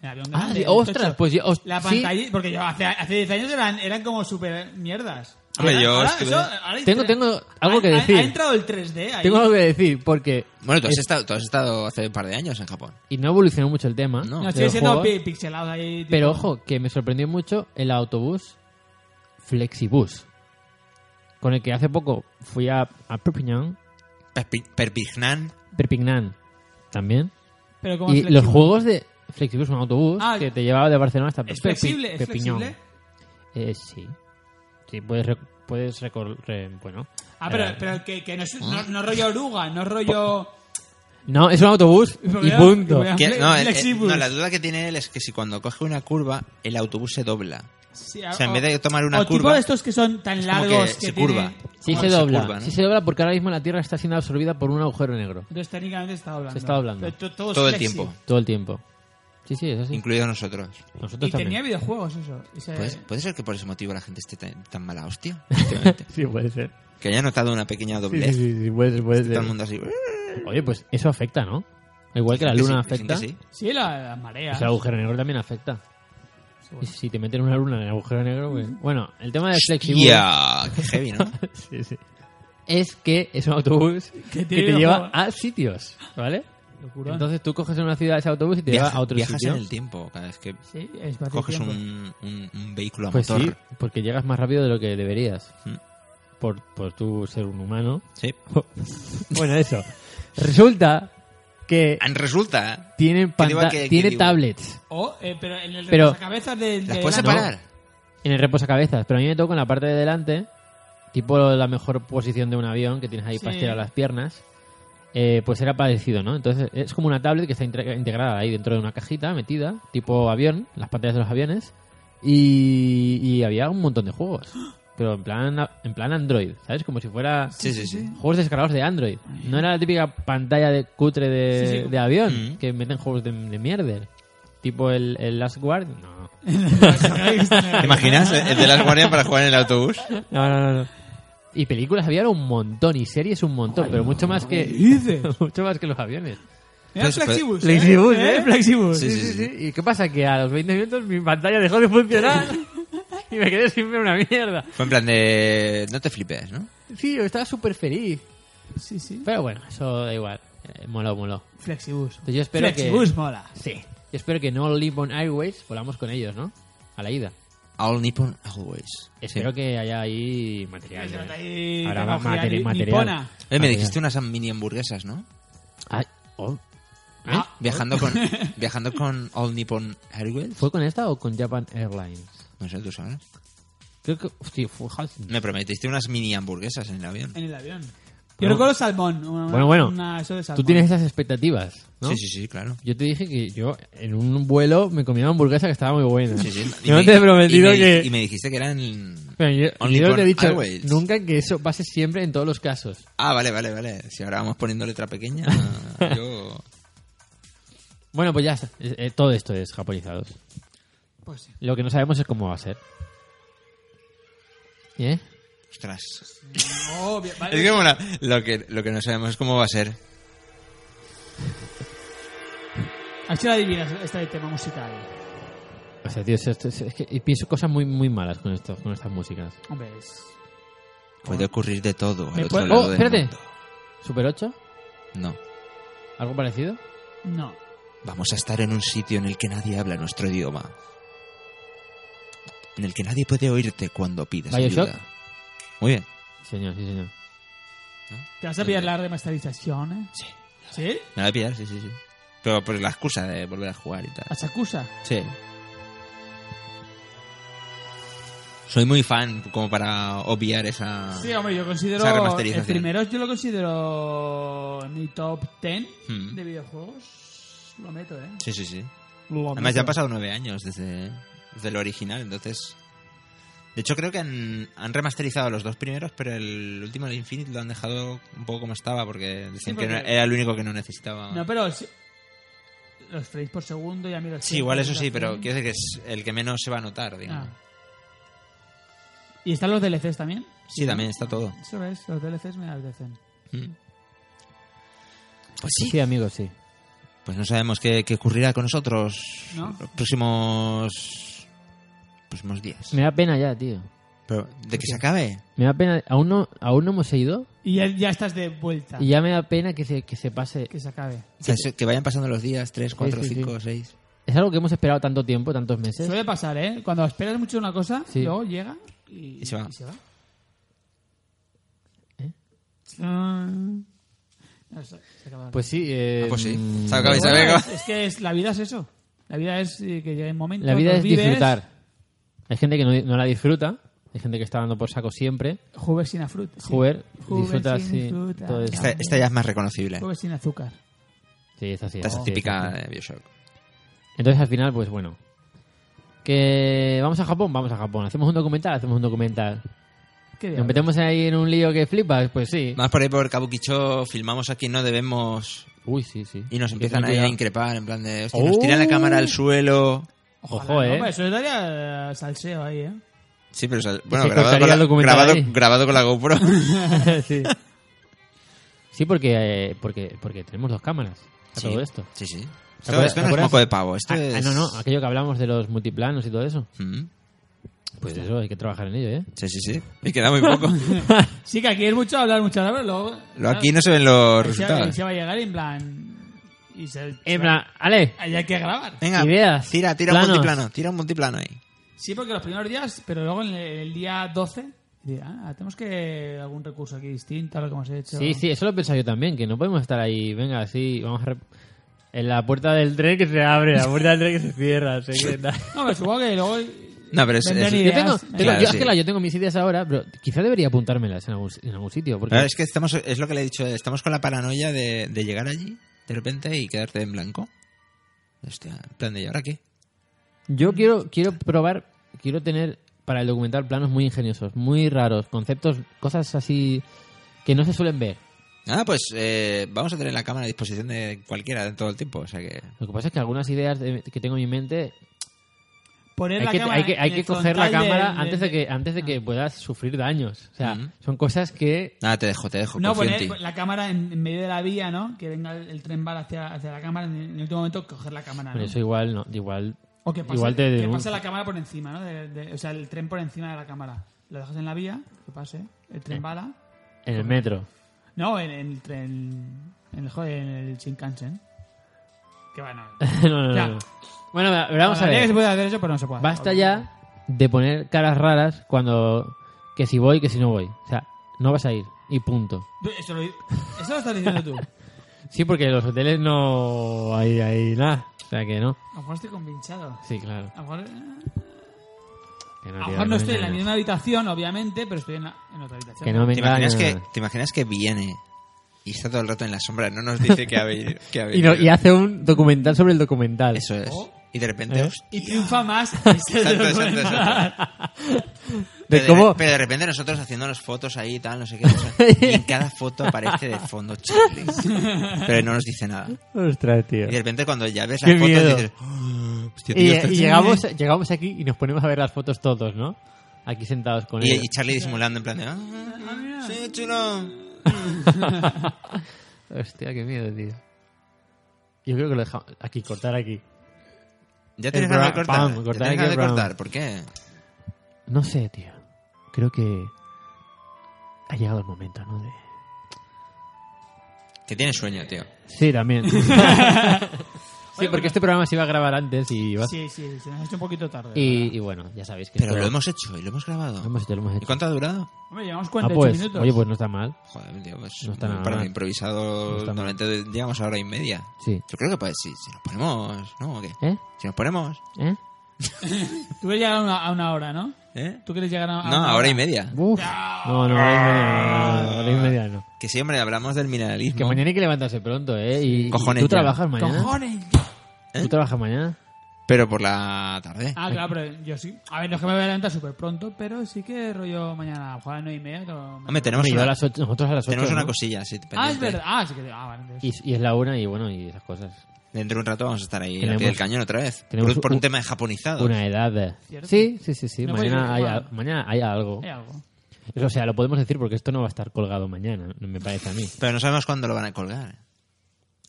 Speaker 1: En el avión
Speaker 2: Ah,
Speaker 1: grande,
Speaker 2: sí,
Speaker 1: el
Speaker 2: ostras,
Speaker 1: tocho.
Speaker 2: pues yo- os-
Speaker 1: La
Speaker 2: sí.
Speaker 1: pantalla... Porque yo hace, hace 10 años eran, eran como super mierdas.
Speaker 3: Hombre,
Speaker 1: Ahora-
Speaker 3: yo
Speaker 1: ahora
Speaker 3: estuve-
Speaker 1: eso- ahora hay
Speaker 2: Tengo-
Speaker 1: tre-
Speaker 2: tengo algo
Speaker 1: ha-
Speaker 2: que
Speaker 1: ha-
Speaker 2: decir.
Speaker 1: Ha, entrado el 3D ahí.
Speaker 2: Tengo algo que decir, porque...
Speaker 3: Bueno, tú has,
Speaker 2: es-
Speaker 3: estado, tú has estado hace un par de años en Japón.
Speaker 2: Y no evolucionó mucho el tema.
Speaker 1: No,
Speaker 3: No.
Speaker 2: de
Speaker 1: estoy
Speaker 2: los
Speaker 1: siendo
Speaker 2: juegos,
Speaker 1: pi- pixelado ahí. tipo-
Speaker 2: Pero ojo, que me sorprendió mucho el autobús Flexibus. Con el que hace poco fui a, a Perpignan.
Speaker 3: Perpi- Perpignan.
Speaker 2: Perpignan también.
Speaker 1: Pero como
Speaker 2: Y
Speaker 1: flexible.
Speaker 2: los juegos de Flexibus, un autobús
Speaker 1: Ah,
Speaker 2: que te llevaba de Barcelona hasta
Speaker 1: ¿Es
Speaker 2: Perpi-
Speaker 1: flexible? ¿Es
Speaker 2: Perpiñón.
Speaker 1: flexible?
Speaker 2: Eh, sí. Sí, puedes, rec- puedes recorrer. Bueno.
Speaker 1: Ah, pero,
Speaker 2: Eh,
Speaker 1: pero que, que no, es, no, no rollo oruga, no rollo...
Speaker 2: No, es un autobús y
Speaker 1: Vea-
Speaker 2: punto.
Speaker 1: vea-
Speaker 3: Que-
Speaker 1: Fle-
Speaker 3: no, el- el-
Speaker 1: Flexibus.
Speaker 3: no, la duda que tiene él es que si cuando coge una curva, el autobús se dobla.
Speaker 1: Sí,
Speaker 3: O sea, en vez de tomar
Speaker 1: o
Speaker 3: una
Speaker 1: tipo
Speaker 3: curva,
Speaker 1: de estos que son tan
Speaker 3: es como
Speaker 1: largos
Speaker 3: que
Speaker 1: que,
Speaker 3: se
Speaker 1: tienen-
Speaker 3: curva.
Speaker 2: Sí
Speaker 3: Bueno,
Speaker 2: se
Speaker 3: se
Speaker 2: dobla,
Speaker 3: curva, ¿no?
Speaker 2: sí se dobla porque ahora mismo la Tierra está siendo absorbida por un agujero negro
Speaker 1: Entonces técnicamente está hablando.
Speaker 2: Se está doblando.
Speaker 1: todo es
Speaker 3: Todo el
Speaker 1: flexi.
Speaker 3: tiempo.
Speaker 2: todo el tiempo. Sí, sí, es así.
Speaker 3: incluido nosotros.
Speaker 2: Nosotros
Speaker 1: Y tenía
Speaker 2: también.
Speaker 1: videojuegos eso. Ese-
Speaker 3: ¿Puede, puede ser que por ese motivo la gente esté tan, tan mala hostia? últimamente?
Speaker 2: Sí, puede ser.
Speaker 3: que haya notado una pequeña doblez.
Speaker 2: puede ser, puede
Speaker 3: Todo el mundo así.
Speaker 2: Oye, pues eso afecta, ¿no? Igual que la luna
Speaker 3: Dicen que
Speaker 2: afecta,
Speaker 3: sí, dicen que sí.
Speaker 1: Sí, la, la marea.
Speaker 2: pues el agujero negro también afecta. Y si te meten una luna en el agujero negro, pues... Bueno, el tema del flexible
Speaker 3: Ya, qué heavy, ¿no?
Speaker 2: Sí, sí. es que es un autobús que
Speaker 1: Que tiene
Speaker 2: te
Speaker 1: los
Speaker 2: lleva
Speaker 1: juegos.
Speaker 2: a sitios, ¿vale?
Speaker 1: Locura.
Speaker 2: Entonces tú coges en una ciudad ese autobús y te
Speaker 3: Viaja-
Speaker 2: lleva a otro
Speaker 3: viajas
Speaker 2: sitio.
Speaker 3: en el tiempo. Cada vez que
Speaker 1: sí, es para
Speaker 3: coges
Speaker 1: tiempo.
Speaker 3: un, un- un vehículo a
Speaker 2: Pues
Speaker 3: motor.
Speaker 2: sí, porque llegas más rápido de lo que deberías.
Speaker 3: Mm.
Speaker 2: Por, por tú ser un humano.
Speaker 3: Sí.
Speaker 2: bueno, eso. Resulta que
Speaker 3: Ah, Resulta.
Speaker 2: tienen
Speaker 3: ¿Qué digo
Speaker 2: panta-
Speaker 3: que-
Speaker 2: tiene
Speaker 3: que digo?
Speaker 2: tablets
Speaker 1: O, eh, pero en el
Speaker 2: Pero-
Speaker 1: las cabezas de,
Speaker 3: ¿Las
Speaker 1: de
Speaker 3: puedes
Speaker 1: delante-
Speaker 3: separar?
Speaker 2: en el reposacabezas, pero a mí me toca en la parte de delante, tipo la mejor posición de un avión que tienes ahí
Speaker 1: Sí.
Speaker 2: para estirar las piernas. eh, pues era parecido, ¿no? Entonces es como una tablet que está integra- integrada ahí dentro de una cajita metida, tipo avión, las pantallas de los aviones, y, y había un montón de juegos, pero en plan, en plan Android, ¿sabes? Como si fuera
Speaker 3: Sí, sí, sí.
Speaker 2: juegos descargados de Android. No era la típica pantalla de cutre de,
Speaker 1: Sí, sí.
Speaker 2: de avión
Speaker 3: Mm.
Speaker 2: que meten juegos de, de mierder. Tipo el, el Last Guard. No.
Speaker 3: ¿Te imaginas el de las guardias para jugar en el autobús?
Speaker 2: No, no, no, no. Y películas había un montón y series un montón, pero mucho más
Speaker 1: ¿Qué
Speaker 2: que
Speaker 1: dices?
Speaker 2: mucho más que los aviones.
Speaker 1: Mira,
Speaker 3: Pues-
Speaker 1: Flexibus.
Speaker 2: Flexibus, ¿eh?
Speaker 1: Flexibus.
Speaker 3: Sí, sí, sí.
Speaker 2: ¿Y qué pasa? Que a los 20 minutos mi pantalla dejó de funcionar y me quedé sin ver una mierda.
Speaker 3: Fue en plan de. No te flipes, ¿no?
Speaker 2: Sí, yo estaba súper feliz.
Speaker 1: Sí, sí.
Speaker 2: Pero bueno, eso da igual. Eh, moló, moló.
Speaker 1: Flexibus.
Speaker 2: Entonces yo espero
Speaker 1: Flexibus
Speaker 2: que...
Speaker 1: mola.
Speaker 2: Sí. Yo espero que no Live on Airways volamos con ellos, ¿no? A la ida.
Speaker 3: All Nippon Always.
Speaker 2: Espero
Speaker 3: Sí.
Speaker 2: que haya ahí material.
Speaker 1: Sí,
Speaker 2: ¿eh?
Speaker 1: nota ahí
Speaker 2: Habrá
Speaker 1: tecnología
Speaker 2: materi-
Speaker 1: ni-
Speaker 2: material.
Speaker 1: nipona.
Speaker 3: Eh, me dijiste unas mini hamburguesas, ¿no?
Speaker 2: Ay, oh. ¿Eh?
Speaker 1: Ah,
Speaker 3: Viajando con, viajando con All Nippon Airways.
Speaker 2: ¿Fue con esta o con Japan Airlines?
Speaker 3: No sé, tú sabes.
Speaker 2: Creo que... Hostia, fue Hudson.
Speaker 3: Me prometiste unas mini hamburguesas en el avión.
Speaker 1: en el avión. Yo
Speaker 2: Bueno.
Speaker 1: recuerdo salmón. una-
Speaker 2: Bueno, bueno.
Speaker 1: una- eso de salmón.
Speaker 2: Tú tienes esas expectativas, ¿no?
Speaker 3: Sí, sí, sí, claro.
Speaker 2: Yo te dije que yo en un vuelo me comía una hamburguesa que estaba muy buena.
Speaker 3: Sí, sí. Y
Speaker 2: Yo
Speaker 3: me-
Speaker 2: no te he prometido
Speaker 3: y me,
Speaker 2: que...
Speaker 3: Y me dijiste que eran.
Speaker 2: Pero yo,
Speaker 3: Only
Speaker 2: yo no te he
Speaker 3: for
Speaker 2: dicho
Speaker 3: Airways.
Speaker 2: nunca que eso pase siempre en todos los casos.
Speaker 3: Ah, vale, vale, vale. Si ahora vamos poniendo letra pequeña, yo.
Speaker 2: Bueno, pues ya está. Eh, eh, todo esto es japonizados.
Speaker 1: Pues sí.
Speaker 2: Lo que no sabemos es cómo va a ser. ¿Eh?
Speaker 3: Ostras.
Speaker 1: Oh, bien, vale.
Speaker 3: Es que bueno, lo que, lo que no sabemos es cómo va a ser.
Speaker 1: A ver si la adivinas este tema musical.
Speaker 2: O sea, tío, es, es- es que pienso cosas muy, muy malas con, esto, con estas músicas.
Speaker 1: Hombre, es...
Speaker 3: Puede ocurrir de todo. al
Speaker 1: ¿Me
Speaker 3: otro
Speaker 1: puede-
Speaker 3: lado
Speaker 2: Oh,
Speaker 3: del
Speaker 2: espérate.
Speaker 3: mundo.
Speaker 2: ¿Super 8?
Speaker 3: No.
Speaker 2: ¿Algo parecido?
Speaker 1: No.
Speaker 3: Vamos a estar en un sitio en el que nadie habla nuestro idioma. En el que nadie puede oírte cuando pides
Speaker 2: ¿Bioshock?
Speaker 3: ayuda. Muy bien.
Speaker 2: Sí, señor, sí, señor.
Speaker 1: ¿Te vas a pillar la remasterización? eh?
Speaker 3: Sí.
Speaker 1: ¿Sí?
Speaker 3: Me va a pillar, sí, sí, sí. Pero por la excusa de volver a jugar y
Speaker 1: ¿A
Speaker 3: tal.
Speaker 1: Sakusa?
Speaker 3: Sí. Soy muy fan como para obviar esa...
Speaker 1: Sí, hombre, yo
Speaker 3: Esa
Speaker 1: considero... El
Speaker 3: remasterización.
Speaker 1: primero yo lo considero en mi top 10
Speaker 3: Hmm.
Speaker 1: de videojuegos. Lo meto, ¿eh?
Speaker 3: Sí, sí, sí.
Speaker 1: Lo
Speaker 3: Además,
Speaker 1: meto.
Speaker 3: ya han pasado nueve años desde, desde el original, entonces. De hecho, creo que han, han remasterizado los dos primeros, pero el último, el Infinite, lo han dejado un poco como estaba, porque decían que no-
Speaker 1: porque-
Speaker 3: era el único que no necesitaba.
Speaker 1: No, pero... si- Los frames por segundo ya miro...
Speaker 3: sí, igual eso sí, pero quiero decir que es el que menos se va a notar, digamos.
Speaker 1: Ah. ¿Y están los DLCs también?
Speaker 3: Sí, también está todo.
Speaker 1: Eso es, los DLCs me agradecen.
Speaker 3: Mm. Pues sí.
Speaker 2: Sí, amigo, sí.
Speaker 3: Pues no sabemos qué, qué ocurrirá con nosotros
Speaker 1: ¿No?
Speaker 3: los próximos. próximos días.
Speaker 2: Me da pena ya, tío.
Speaker 3: Pero de que se acabe.
Speaker 2: Me da pena... Aún no, aún no hemos ido
Speaker 1: Y ya, ya estás de vuelta.
Speaker 2: y ya me da pena que se, que se pase...
Speaker 1: Que se acabe.
Speaker 3: O sea, se- que vayan pasando los días, tres, cuatro,
Speaker 2: sí, sí.
Speaker 3: cinco, seis.
Speaker 2: Es algo que hemos esperado tanto tiempo, tantos meses.
Speaker 1: Suele pasar, ¿eh? Cuando esperas mucho una cosa,
Speaker 2: Sí.
Speaker 1: luego llega y,
Speaker 3: Y se va.
Speaker 2: ¿Eh?
Speaker 1: Chan. Ah. No, se- se acaba.
Speaker 2: Pues sí, eh,
Speaker 3: Ah, pues sí.
Speaker 2: mm,
Speaker 3: Se acaba y se
Speaker 1: Bueno,
Speaker 3: acaba.
Speaker 1: es, es que es, la vida es eso. La vida es eh, que llega un momento.
Speaker 2: La vida
Speaker 1: los
Speaker 2: es
Speaker 1: vives,
Speaker 2: disfrutar. Hay gente que no, no la disfruta, hay gente que está dando por saco siempre.
Speaker 1: Jugar sin afrut. sí.
Speaker 2: Jugar,
Speaker 1: Jugar
Speaker 2: disfrutar,
Speaker 1: sin
Speaker 2: sí,
Speaker 1: fruta.
Speaker 2: todo eso.
Speaker 3: Esta, esta ya es más reconocible.
Speaker 1: Jugar sin azúcar.
Speaker 2: Sí, es así.
Speaker 3: Esta
Speaker 2: sí,
Speaker 3: es
Speaker 2: sí,
Speaker 3: típica
Speaker 2: sí.
Speaker 3: de Bioshock.
Speaker 2: Entonces al final, pues bueno, Que vamos a Japón, vamos a Japón. Hacemos un documental, hacemos un documental.
Speaker 1: ¿Qué
Speaker 2: Nos
Speaker 1: diablos?
Speaker 2: metemos ahí en un lío que flipas, pues sí.
Speaker 3: Más por ahí por Kabukicho filmamos aquí, no debemos.
Speaker 2: Uy, sí, sí.
Speaker 3: Y nos
Speaker 2: Hay que tener
Speaker 3: empiezan ahí a
Speaker 2: cuidado.
Speaker 3: increpar, en plan de. hostia,
Speaker 2: Oh.
Speaker 3: Nos tiran la cámara al suelo.
Speaker 1: Ojalá,
Speaker 2: Ojo, eh.
Speaker 1: Hombre, eso le daría eh, salseo ahí, ¿eh?
Speaker 3: Sí, pero. o sea, bueno,
Speaker 2: se
Speaker 3: grabado
Speaker 2: cortaría
Speaker 3: con, la,
Speaker 2: el documental
Speaker 3: grabado-
Speaker 2: ahí.
Speaker 3: grabado con la GoPro.
Speaker 2: sí. Sí, porque, eh, porque, porque tenemos dos cámaras a
Speaker 3: Sí.
Speaker 2: todo esto.
Speaker 3: Sí, sí.
Speaker 2: ¿Te
Speaker 3: Esto,
Speaker 2: acuerdas-
Speaker 3: esto
Speaker 2: te
Speaker 3: no es
Speaker 2: acuerdas?
Speaker 3: moco de pavo. Esto
Speaker 2: Ah,
Speaker 3: es...
Speaker 2: ah, no, no, aquello que hablamos de los multiplanos y todo eso.
Speaker 3: Mm,
Speaker 2: Pues eso, hay que trabajar en ello, ¿eh?
Speaker 3: Sí, sí, sí. Y queda muy poco.
Speaker 1: Sí, que aquí es mucho hablar, mucho hablar, pero luego...
Speaker 3: Lo- aquí no se ven los
Speaker 1: se, va-
Speaker 3: resultados.
Speaker 1: se va a llegar y en plan... Y se,
Speaker 2: En plan, Ale,
Speaker 1: Ahí
Speaker 3: Eh,
Speaker 1: hay que grabar.
Speaker 3: Venga,
Speaker 2: Ideas,
Speaker 3: tira, tira
Speaker 2: planos.
Speaker 3: un multiplano. Tira un multiplano ahí.
Speaker 1: Sí, porque los primeros días, pero luego en el, el día 12... dirán, Ah, tenemos que algún recurso aquí distinto a lo que hemos hecho.
Speaker 2: Sí, sí, eso lo he pensado yo también, que no podemos estar ahí, venga, así, vamos a... re- En la puerta del tren que se abre, la puerta del tren que se cierra, sé que tal.
Speaker 1: No, pero supongo que luego...
Speaker 3: No, pero es-
Speaker 1: vendrán
Speaker 3: es-
Speaker 2: Yo tengo,
Speaker 1: ideas. eh,
Speaker 2: tengo-
Speaker 3: Claro,
Speaker 2: yo, es
Speaker 3: sí.
Speaker 2: que, claro, yo tengo mis ideas ahora, pero quizá debería apuntármelas en algún, en algún sitio, porque...
Speaker 3: Ahora, es que estamos, es lo que le he dicho, estamos con la paranoia de, de llegar allí de repente y quedarte en blanco. Hostia, en plan de, ¿y ahora qué?
Speaker 2: Yo quiero, quiero probar, quiero tener para el documental planos muy ingeniosos, muy raros, conceptos, cosas así que no se suelen ver.
Speaker 3: Nada, pues eh, vamos a tener la cámara a disposición de cualquiera todo el tiempo. O sea que.
Speaker 2: Lo que pasa es que algunas ideas de- que tengo en mi mente
Speaker 1: Poner
Speaker 2: hay
Speaker 1: la
Speaker 2: que,
Speaker 1: cámara
Speaker 2: hay que, hay
Speaker 1: en
Speaker 2: que
Speaker 1: el
Speaker 2: coger la
Speaker 1: frontal del-
Speaker 2: cámara
Speaker 1: del- Ah.
Speaker 2: antes de que antes de que puedas sufrir daños. O sea,
Speaker 3: Ujú.
Speaker 2: son cosas que
Speaker 3: Nada, te dejo, te dejo.
Speaker 1: No,
Speaker 3: confío en ti.
Speaker 1: poner la cámara en, en medio de la vía, ¿no? Que venga el, el tren bar hacia, hacia la cámara en, en el último momento coger la cámara. Ah, ¿no?
Speaker 2: Bueno, eso igual no, igual
Speaker 1: o que pase,
Speaker 2: igual te
Speaker 1: que
Speaker 2: denuncia.
Speaker 1: pase la cámara por encima, ¿no? De- de- o sea, el tren por encima de la cámara. Lo dejas en la vía, que pase. El tren bala.
Speaker 2: en el metro.
Speaker 1: No, en, en el tren. En el, joder, en el Shinkansen. Que bueno.
Speaker 2: no, no,
Speaker 1: Ya.
Speaker 2: no, no. Bueno, va- vamos a
Speaker 1: molaría que se
Speaker 2: ver.
Speaker 1: puede hacer eso, pero no se puede. hacer.
Speaker 2: Basta ya de poner caras raras cuando que si voy, que si no voy. O sea, no vas a ir y punto.
Speaker 1: Eso lo, eso lo estás diciendo tú. A
Speaker 2: Sí, porque en los hoteles no hay, hay nada. O sea que no.
Speaker 1: lo mejor estoy convinchado.
Speaker 2: Sí, claro.
Speaker 1: A lo mejor.
Speaker 2: Que
Speaker 1: A
Speaker 2: no,
Speaker 1: lo mejor
Speaker 2: tío, que
Speaker 1: no
Speaker 2: me
Speaker 1: estoy en la
Speaker 2: engañes.
Speaker 1: misma habitación, obviamente, pero estoy en, la- en otra habitación.
Speaker 2: Que no me
Speaker 3: ¿Te imaginas, que,
Speaker 2: engañes.
Speaker 3: ¿Te imaginas que viene y está todo el rato en la sombra? No nos dice que ha venido. que ha
Speaker 2: Y, no-
Speaker 3: venido.
Speaker 2: y hace un documental sobre el documental.
Speaker 3: Eso es.
Speaker 1: Oh.
Speaker 3: Y de repente.
Speaker 2: ¿Eh?
Speaker 3: hostia,
Speaker 1: Y triunfa más ese
Speaker 3: Exacto,
Speaker 1: documental.
Speaker 3: exacto, exacto.
Speaker 2: De
Speaker 3: Pero de-
Speaker 2: cómo-
Speaker 3: pero de repente nosotros haciéndonos fotos ahí y tal, no sé qué. cosa. y en cada foto aparece de fondo Charlie. Pero no nos dice nada.
Speaker 2: Ostras, tío.
Speaker 3: Y de repente cuando ya ves
Speaker 2: Qué
Speaker 3: las fotos
Speaker 2: miedo.
Speaker 3: dices, "Oh, hostia,
Speaker 2: Y,
Speaker 3: tío, esto
Speaker 2: y
Speaker 3: es-
Speaker 2: llegamos, llegamos aquí y nos ponemos a ver las fotos todos, ¿no? Aquí sentados con
Speaker 3: Y,
Speaker 2: él.
Speaker 3: y Charlie disimulando en plan de, "Ah,
Speaker 1: Ah, mira.
Speaker 3: sí, chulo.
Speaker 2: Hostia, qué miedo, tío. Yo creo que lo dejamos aquí, cortar aquí.
Speaker 3: Ya tienes
Speaker 2: El
Speaker 3: ganas de
Speaker 2: bra-
Speaker 3: cortar.
Speaker 2: pam,
Speaker 3: ya
Speaker 2: cortar
Speaker 3: tienes
Speaker 2: aquí
Speaker 3: ganas
Speaker 2: el
Speaker 3: de
Speaker 2: bra-
Speaker 3: cortar. ¿Por qué?
Speaker 2: No sé, tío. Creo que ha llegado el momento, ¿no? De...
Speaker 3: Que tienes sueño, tío.
Speaker 2: Sí, también. sí, porque este programa se iba a grabar antes y iba-
Speaker 1: Sí, sí, se nos ha hecho un poquito tarde.
Speaker 2: Y, y bueno, ya sabéis que...
Speaker 3: Pero
Speaker 2: esto-
Speaker 3: lo hemos hecho y lo hemos
Speaker 2: lo
Speaker 3: grabado.
Speaker 2: hemos hecho, lo hemos
Speaker 3: ¿Y
Speaker 2: hecho.
Speaker 3: cuánto ha durado?
Speaker 1: Hombre, llevamos
Speaker 2: Ah,
Speaker 1: 48
Speaker 2: pues,
Speaker 1: minutos.
Speaker 2: oye, pues no está mal.
Speaker 3: Joder, tío, pues
Speaker 2: No está nada
Speaker 3: para
Speaker 2: mal.
Speaker 3: el improvisado
Speaker 2: No está mal.
Speaker 3: normalmente llegamos a hora y media.
Speaker 2: Sí.
Speaker 3: Yo creo que pues si, si nos ponemos, ¿no? ¿O qué?
Speaker 2: ¿Eh?
Speaker 3: Si nos ponemos,
Speaker 2: ¿Eh? pues-
Speaker 1: Tú quieres llegar a una, a una hora, ¿no?
Speaker 3: ¿eh?
Speaker 1: Tú quieres llegar a, a
Speaker 2: Ah,
Speaker 3: No,
Speaker 1: una
Speaker 3: a hora y media.
Speaker 2: Uf. No, no, hora y media no, no, hora y media no.
Speaker 3: Que sí, hombre, hablamos del
Speaker 2: Que
Speaker 3: mineralismo.
Speaker 2: mañana hay que levantarse pronto, ¿eh? Y,
Speaker 3: Cojones,
Speaker 2: ¿Tú
Speaker 3: ya.
Speaker 2: trabajas mañana?
Speaker 1: ¡Cojones!
Speaker 2: ¿Tú trabajas mañana?
Speaker 3: Pero por la tarde.
Speaker 1: Ah, claro, pero yo sí. A ver, no es que me voy a levantar súper pronto, pero sí que rollo mañana, jugar a las 9 y media. lo-
Speaker 3: Hombre, tenemos
Speaker 2: Hombre, yo a
Speaker 3: una,
Speaker 2: las ocho- nosotros a las 8.
Speaker 3: tenemos una cosilla, sí,
Speaker 1: Ah, es
Speaker 3: pendiente.
Speaker 1: verdad. Ah, sí que. Ah, vale. entonces-
Speaker 2: Y, y es la una y bueno, y esas cosas.
Speaker 3: Dentro de un rato vamos a estar ahí al
Speaker 2: Tenemos-
Speaker 3: pie del cañón otra vez. Por,
Speaker 2: tenemos
Speaker 3: un- por
Speaker 2: un-
Speaker 3: un tema de japonizado.
Speaker 2: Una edad. de-
Speaker 1: ¿Cierto?
Speaker 2: Sí, sí, sí, sí.
Speaker 1: No puede
Speaker 2: mañana,
Speaker 1: ser,
Speaker 2: hay,
Speaker 1: bueno.
Speaker 2: al- mañana hay algo.
Speaker 1: Hay algo.
Speaker 2: Eso, o sea, lo podemos decir porque esto no va a estar colgado mañana, me parece a mí.
Speaker 3: Pero no sabemos cuándo lo van a colgar.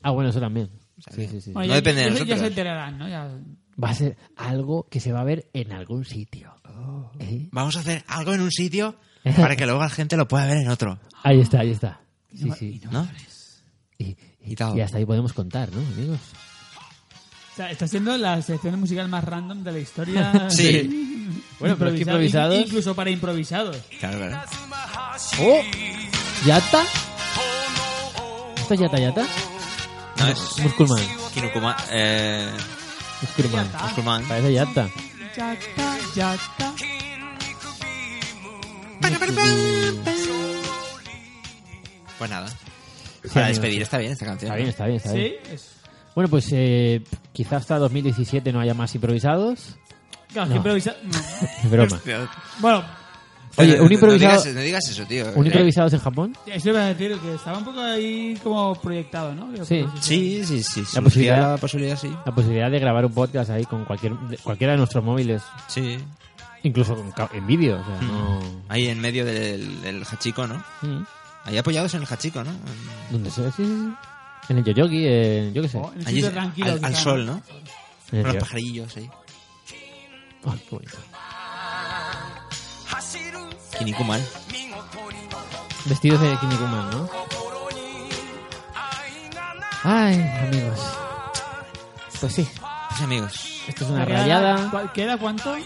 Speaker 2: Ah, bueno, eso también. Sí, sí, sí.
Speaker 1: Bueno,
Speaker 3: No
Speaker 1: ya,
Speaker 3: depende de
Speaker 1: ya se- Ya
Speaker 3: nosotros.
Speaker 1: se enterarán, ¿no? Ya...
Speaker 2: Va a ser algo que se va a ver en algún sitio.
Speaker 1: Oh.
Speaker 2: ¿Eh?
Speaker 3: Vamos a hacer algo en un sitio para que luego la gente lo pueda ver en otro.
Speaker 2: Ahí está, ahí está. Sí, sí.
Speaker 3: ¿No?
Speaker 2: Y,
Speaker 3: Y tal.
Speaker 2: y hasta ahí podemos contar, ¿no, amigos?
Speaker 1: O sea, está siendo la sección musical más random de la historia.
Speaker 3: Sí.
Speaker 2: Bueno, pero es que improvisados-
Speaker 1: Incluso para improvisados.
Speaker 3: Claro, claro.
Speaker 2: ¡Oh! ¿Yata? ¿Esto es Yata Yata?
Speaker 3: No, es
Speaker 2: Musculman.
Speaker 3: Kinukuma, eh,
Speaker 2: Musculman.
Speaker 3: Musculman.
Speaker 2: Parece Yata.
Speaker 1: Ya está, ya está.
Speaker 3: Pues nada.
Speaker 2: Sí,
Speaker 3: Para
Speaker 2: amigos.
Speaker 3: despedir está bien esta canción.
Speaker 2: Está bien, está bien, está bien.
Speaker 1: Sí, es-
Speaker 2: Bueno, pues eh, quizá hasta 2017 no haya más improvisados.
Speaker 1: Claro,
Speaker 2: No.
Speaker 1: que improvisa-
Speaker 2: Es broma.
Speaker 3: Hostia.
Speaker 1: Bueno,
Speaker 2: Oye,
Speaker 3: No-
Speaker 2: un
Speaker 3: No
Speaker 2: improvisado,
Speaker 3: digas, no digas eso, tío. Eh,
Speaker 2: un improvisado es en Japón.
Speaker 1: eso iba a decir que estaba un poco ahí como proyectado, ¿no? Creo
Speaker 2: Sí.
Speaker 1: que-
Speaker 3: Sí, sí, sí. surgía
Speaker 2: posibilidad.
Speaker 3: La posibilidad, sí.
Speaker 2: La posibilidad de grabar un podcast ahí con cualquier, de- cualquiera de nuestros móviles,
Speaker 3: Sí.
Speaker 2: incluso con ca- en vídeo. O sea, no...
Speaker 3: Ahí en medio del, del hachico, ¿no?
Speaker 2: Mm.
Speaker 3: Ahí apoyados en el hachico, ¿no?
Speaker 2: ¿Dónde se ve? Sí, sí, sí. En el Yoyogi, Oh, en, yo qué sé.
Speaker 1: O Oh, en el
Speaker 3: Allí
Speaker 1: sitio tranquilo.
Speaker 3: al, al
Speaker 1: quizá,
Speaker 3: sol, ¿no?
Speaker 2: En el
Speaker 3: Con los
Speaker 2: Yo-
Speaker 3: pajarillos ahí.
Speaker 2: Ay, qué bonito.
Speaker 3: Kinikuman.
Speaker 2: Vestidos de Kinnikuman, ¿no? Ay, amigos. Pues sí,
Speaker 3: Pues amigos.
Speaker 2: esto es una
Speaker 1: Queda-
Speaker 2: rayada.
Speaker 1: ¿cu- ¿Queda cuánto? De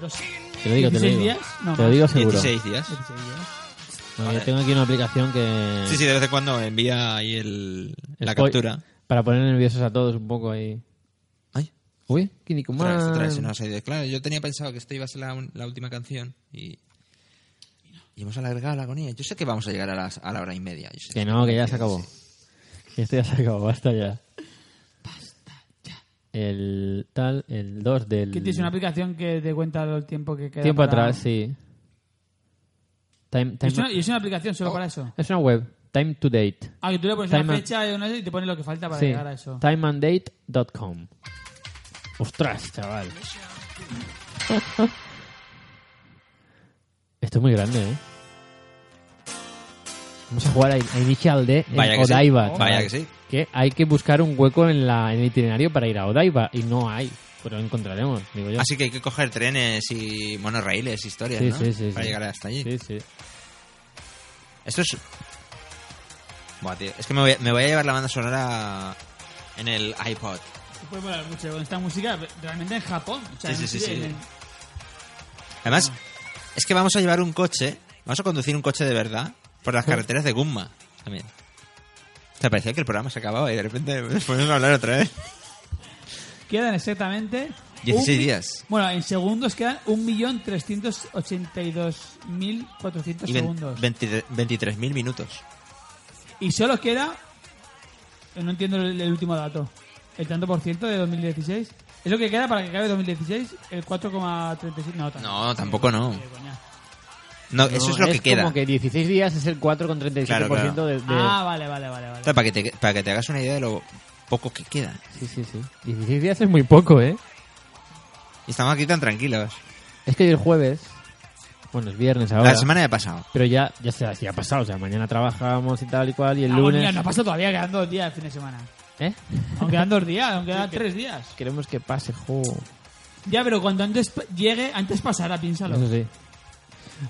Speaker 1: dos.
Speaker 2: Te lo digo, te lo
Speaker 1: 16
Speaker 2: digo.
Speaker 1: días? No,
Speaker 2: te lo
Speaker 1: más.
Speaker 2: digo seguro.
Speaker 3: 16 días.
Speaker 2: No,
Speaker 3: Vale.
Speaker 2: Yo tengo aquí una aplicación que.
Speaker 3: Sí, sí, de vez en cuando envía ahí el, la
Speaker 2: Spoil-
Speaker 3: captura.
Speaker 2: Para poner nerviosos a todos un poco ahí.
Speaker 3: Ay,
Speaker 2: Uy,
Speaker 3: otra vez, otra
Speaker 2: Kinnikuman.
Speaker 3: vez se nos ha ido. Claro, yo tenía pensado que esto iba a ser la, un- la última canción y, y hemos alargado la agonía. Yo sé que vamos a llegar a, las, a la hora y media. yo sé.
Speaker 2: Que no, que ya se acabó. Que esto ya se acabó, basta ya. El tal, el 2 del.
Speaker 1: ¿Qué tienes? ¿Una aplicación que te cuenta el tiempo que queda?
Speaker 2: Tiempo
Speaker 1: para-
Speaker 2: atrás, sí. Time,
Speaker 1: ¿Y es, una,
Speaker 2: time,
Speaker 1: y es una aplicación solo para eso?
Speaker 2: es una web, time to date.
Speaker 1: Ah, que tú le pones
Speaker 2: Time
Speaker 1: una
Speaker 2: out.
Speaker 1: fecha y, una- y te pone lo que falta para
Speaker 2: Sí,
Speaker 1: llegar a eso.
Speaker 2: timeanddate.com. Ostras, chaval. Esto es muy grande, ¿eh? Vamos a jugar a, a Initial D en
Speaker 3: Vaya que sí. Oh,
Speaker 2: Odaiba. chaval.
Speaker 3: Vaya que sí.
Speaker 2: Que hay que buscar un hueco en, la, en el itinerario para ir a Odaiba. Y no hay. Pero lo encontraremos, digo yo.
Speaker 3: Así que hay que coger trenes y monorraíles, historias,
Speaker 2: Sí,
Speaker 3: ¿no?
Speaker 2: sí, sí,
Speaker 3: Para
Speaker 2: sí.
Speaker 3: llegar hasta allí.
Speaker 2: Sí, sí.
Speaker 3: Esto es... Buah, tío, es que me voy, a, me voy a llevar la banda sonora en el iPod.
Speaker 1: Puede molar mucho con esta música realmente en Japón. O sea,
Speaker 3: Sí,
Speaker 1: no
Speaker 3: sí,
Speaker 1: sé,
Speaker 3: sí,
Speaker 1: en-
Speaker 3: sí.
Speaker 1: en-
Speaker 3: Además, es que vamos a llevar un coche, vamos a conducir un coche de verdad por las carreteras de Gumma también. Te parecía que el programa se acababa y de repente nos ponemos a hablar otra vez.
Speaker 1: Quedan exactamente... un mi-
Speaker 3: 16 días.
Speaker 1: Bueno, en segundos quedan 1.382.400
Speaker 3: Y
Speaker 1: segundos.
Speaker 3: 23.000 minutos.
Speaker 1: Y solo queda... eh, No entiendo el, el último dato. El tanto por ciento de 2016. ¿Es lo que queda para que acabe 2016? El 4,36... No, tampoco.
Speaker 3: No, tampoco no.
Speaker 1: Qué coña.
Speaker 3: No, eso
Speaker 2: No,
Speaker 3: es lo que queda.
Speaker 2: como que 16 días es el 4,37%
Speaker 3: Claro, claro.
Speaker 2: de, de-
Speaker 1: Ah, vale, vale, vale. vale.
Speaker 3: O sea, Para que, te, para que te hagas una idea de lo poco que queda.
Speaker 2: Sí, sí, sí. 16 días es muy poco, ¿eh?
Speaker 3: Y estamos aquí tan tranquilos.
Speaker 2: Es que hoy el jueves... Bueno, es viernes ahora.
Speaker 3: La semana ya ha pasado.
Speaker 2: Pero ya, ya, se, ya ha pasado. O sea, mañana trabajamos y tal y cual. Y el
Speaker 1: Ah, bueno,
Speaker 2: lunes...
Speaker 1: mira, no pasa todavía, quedan dos días el fin de semana.
Speaker 2: ¿Eh?
Speaker 1: Aunque quedan dos días, aunque quedan tres días.
Speaker 2: Queremos que pase, jo.
Speaker 1: Ya, pero cuando antes pa- llegue, antes pasará, piénsalo.
Speaker 2: Eso sí.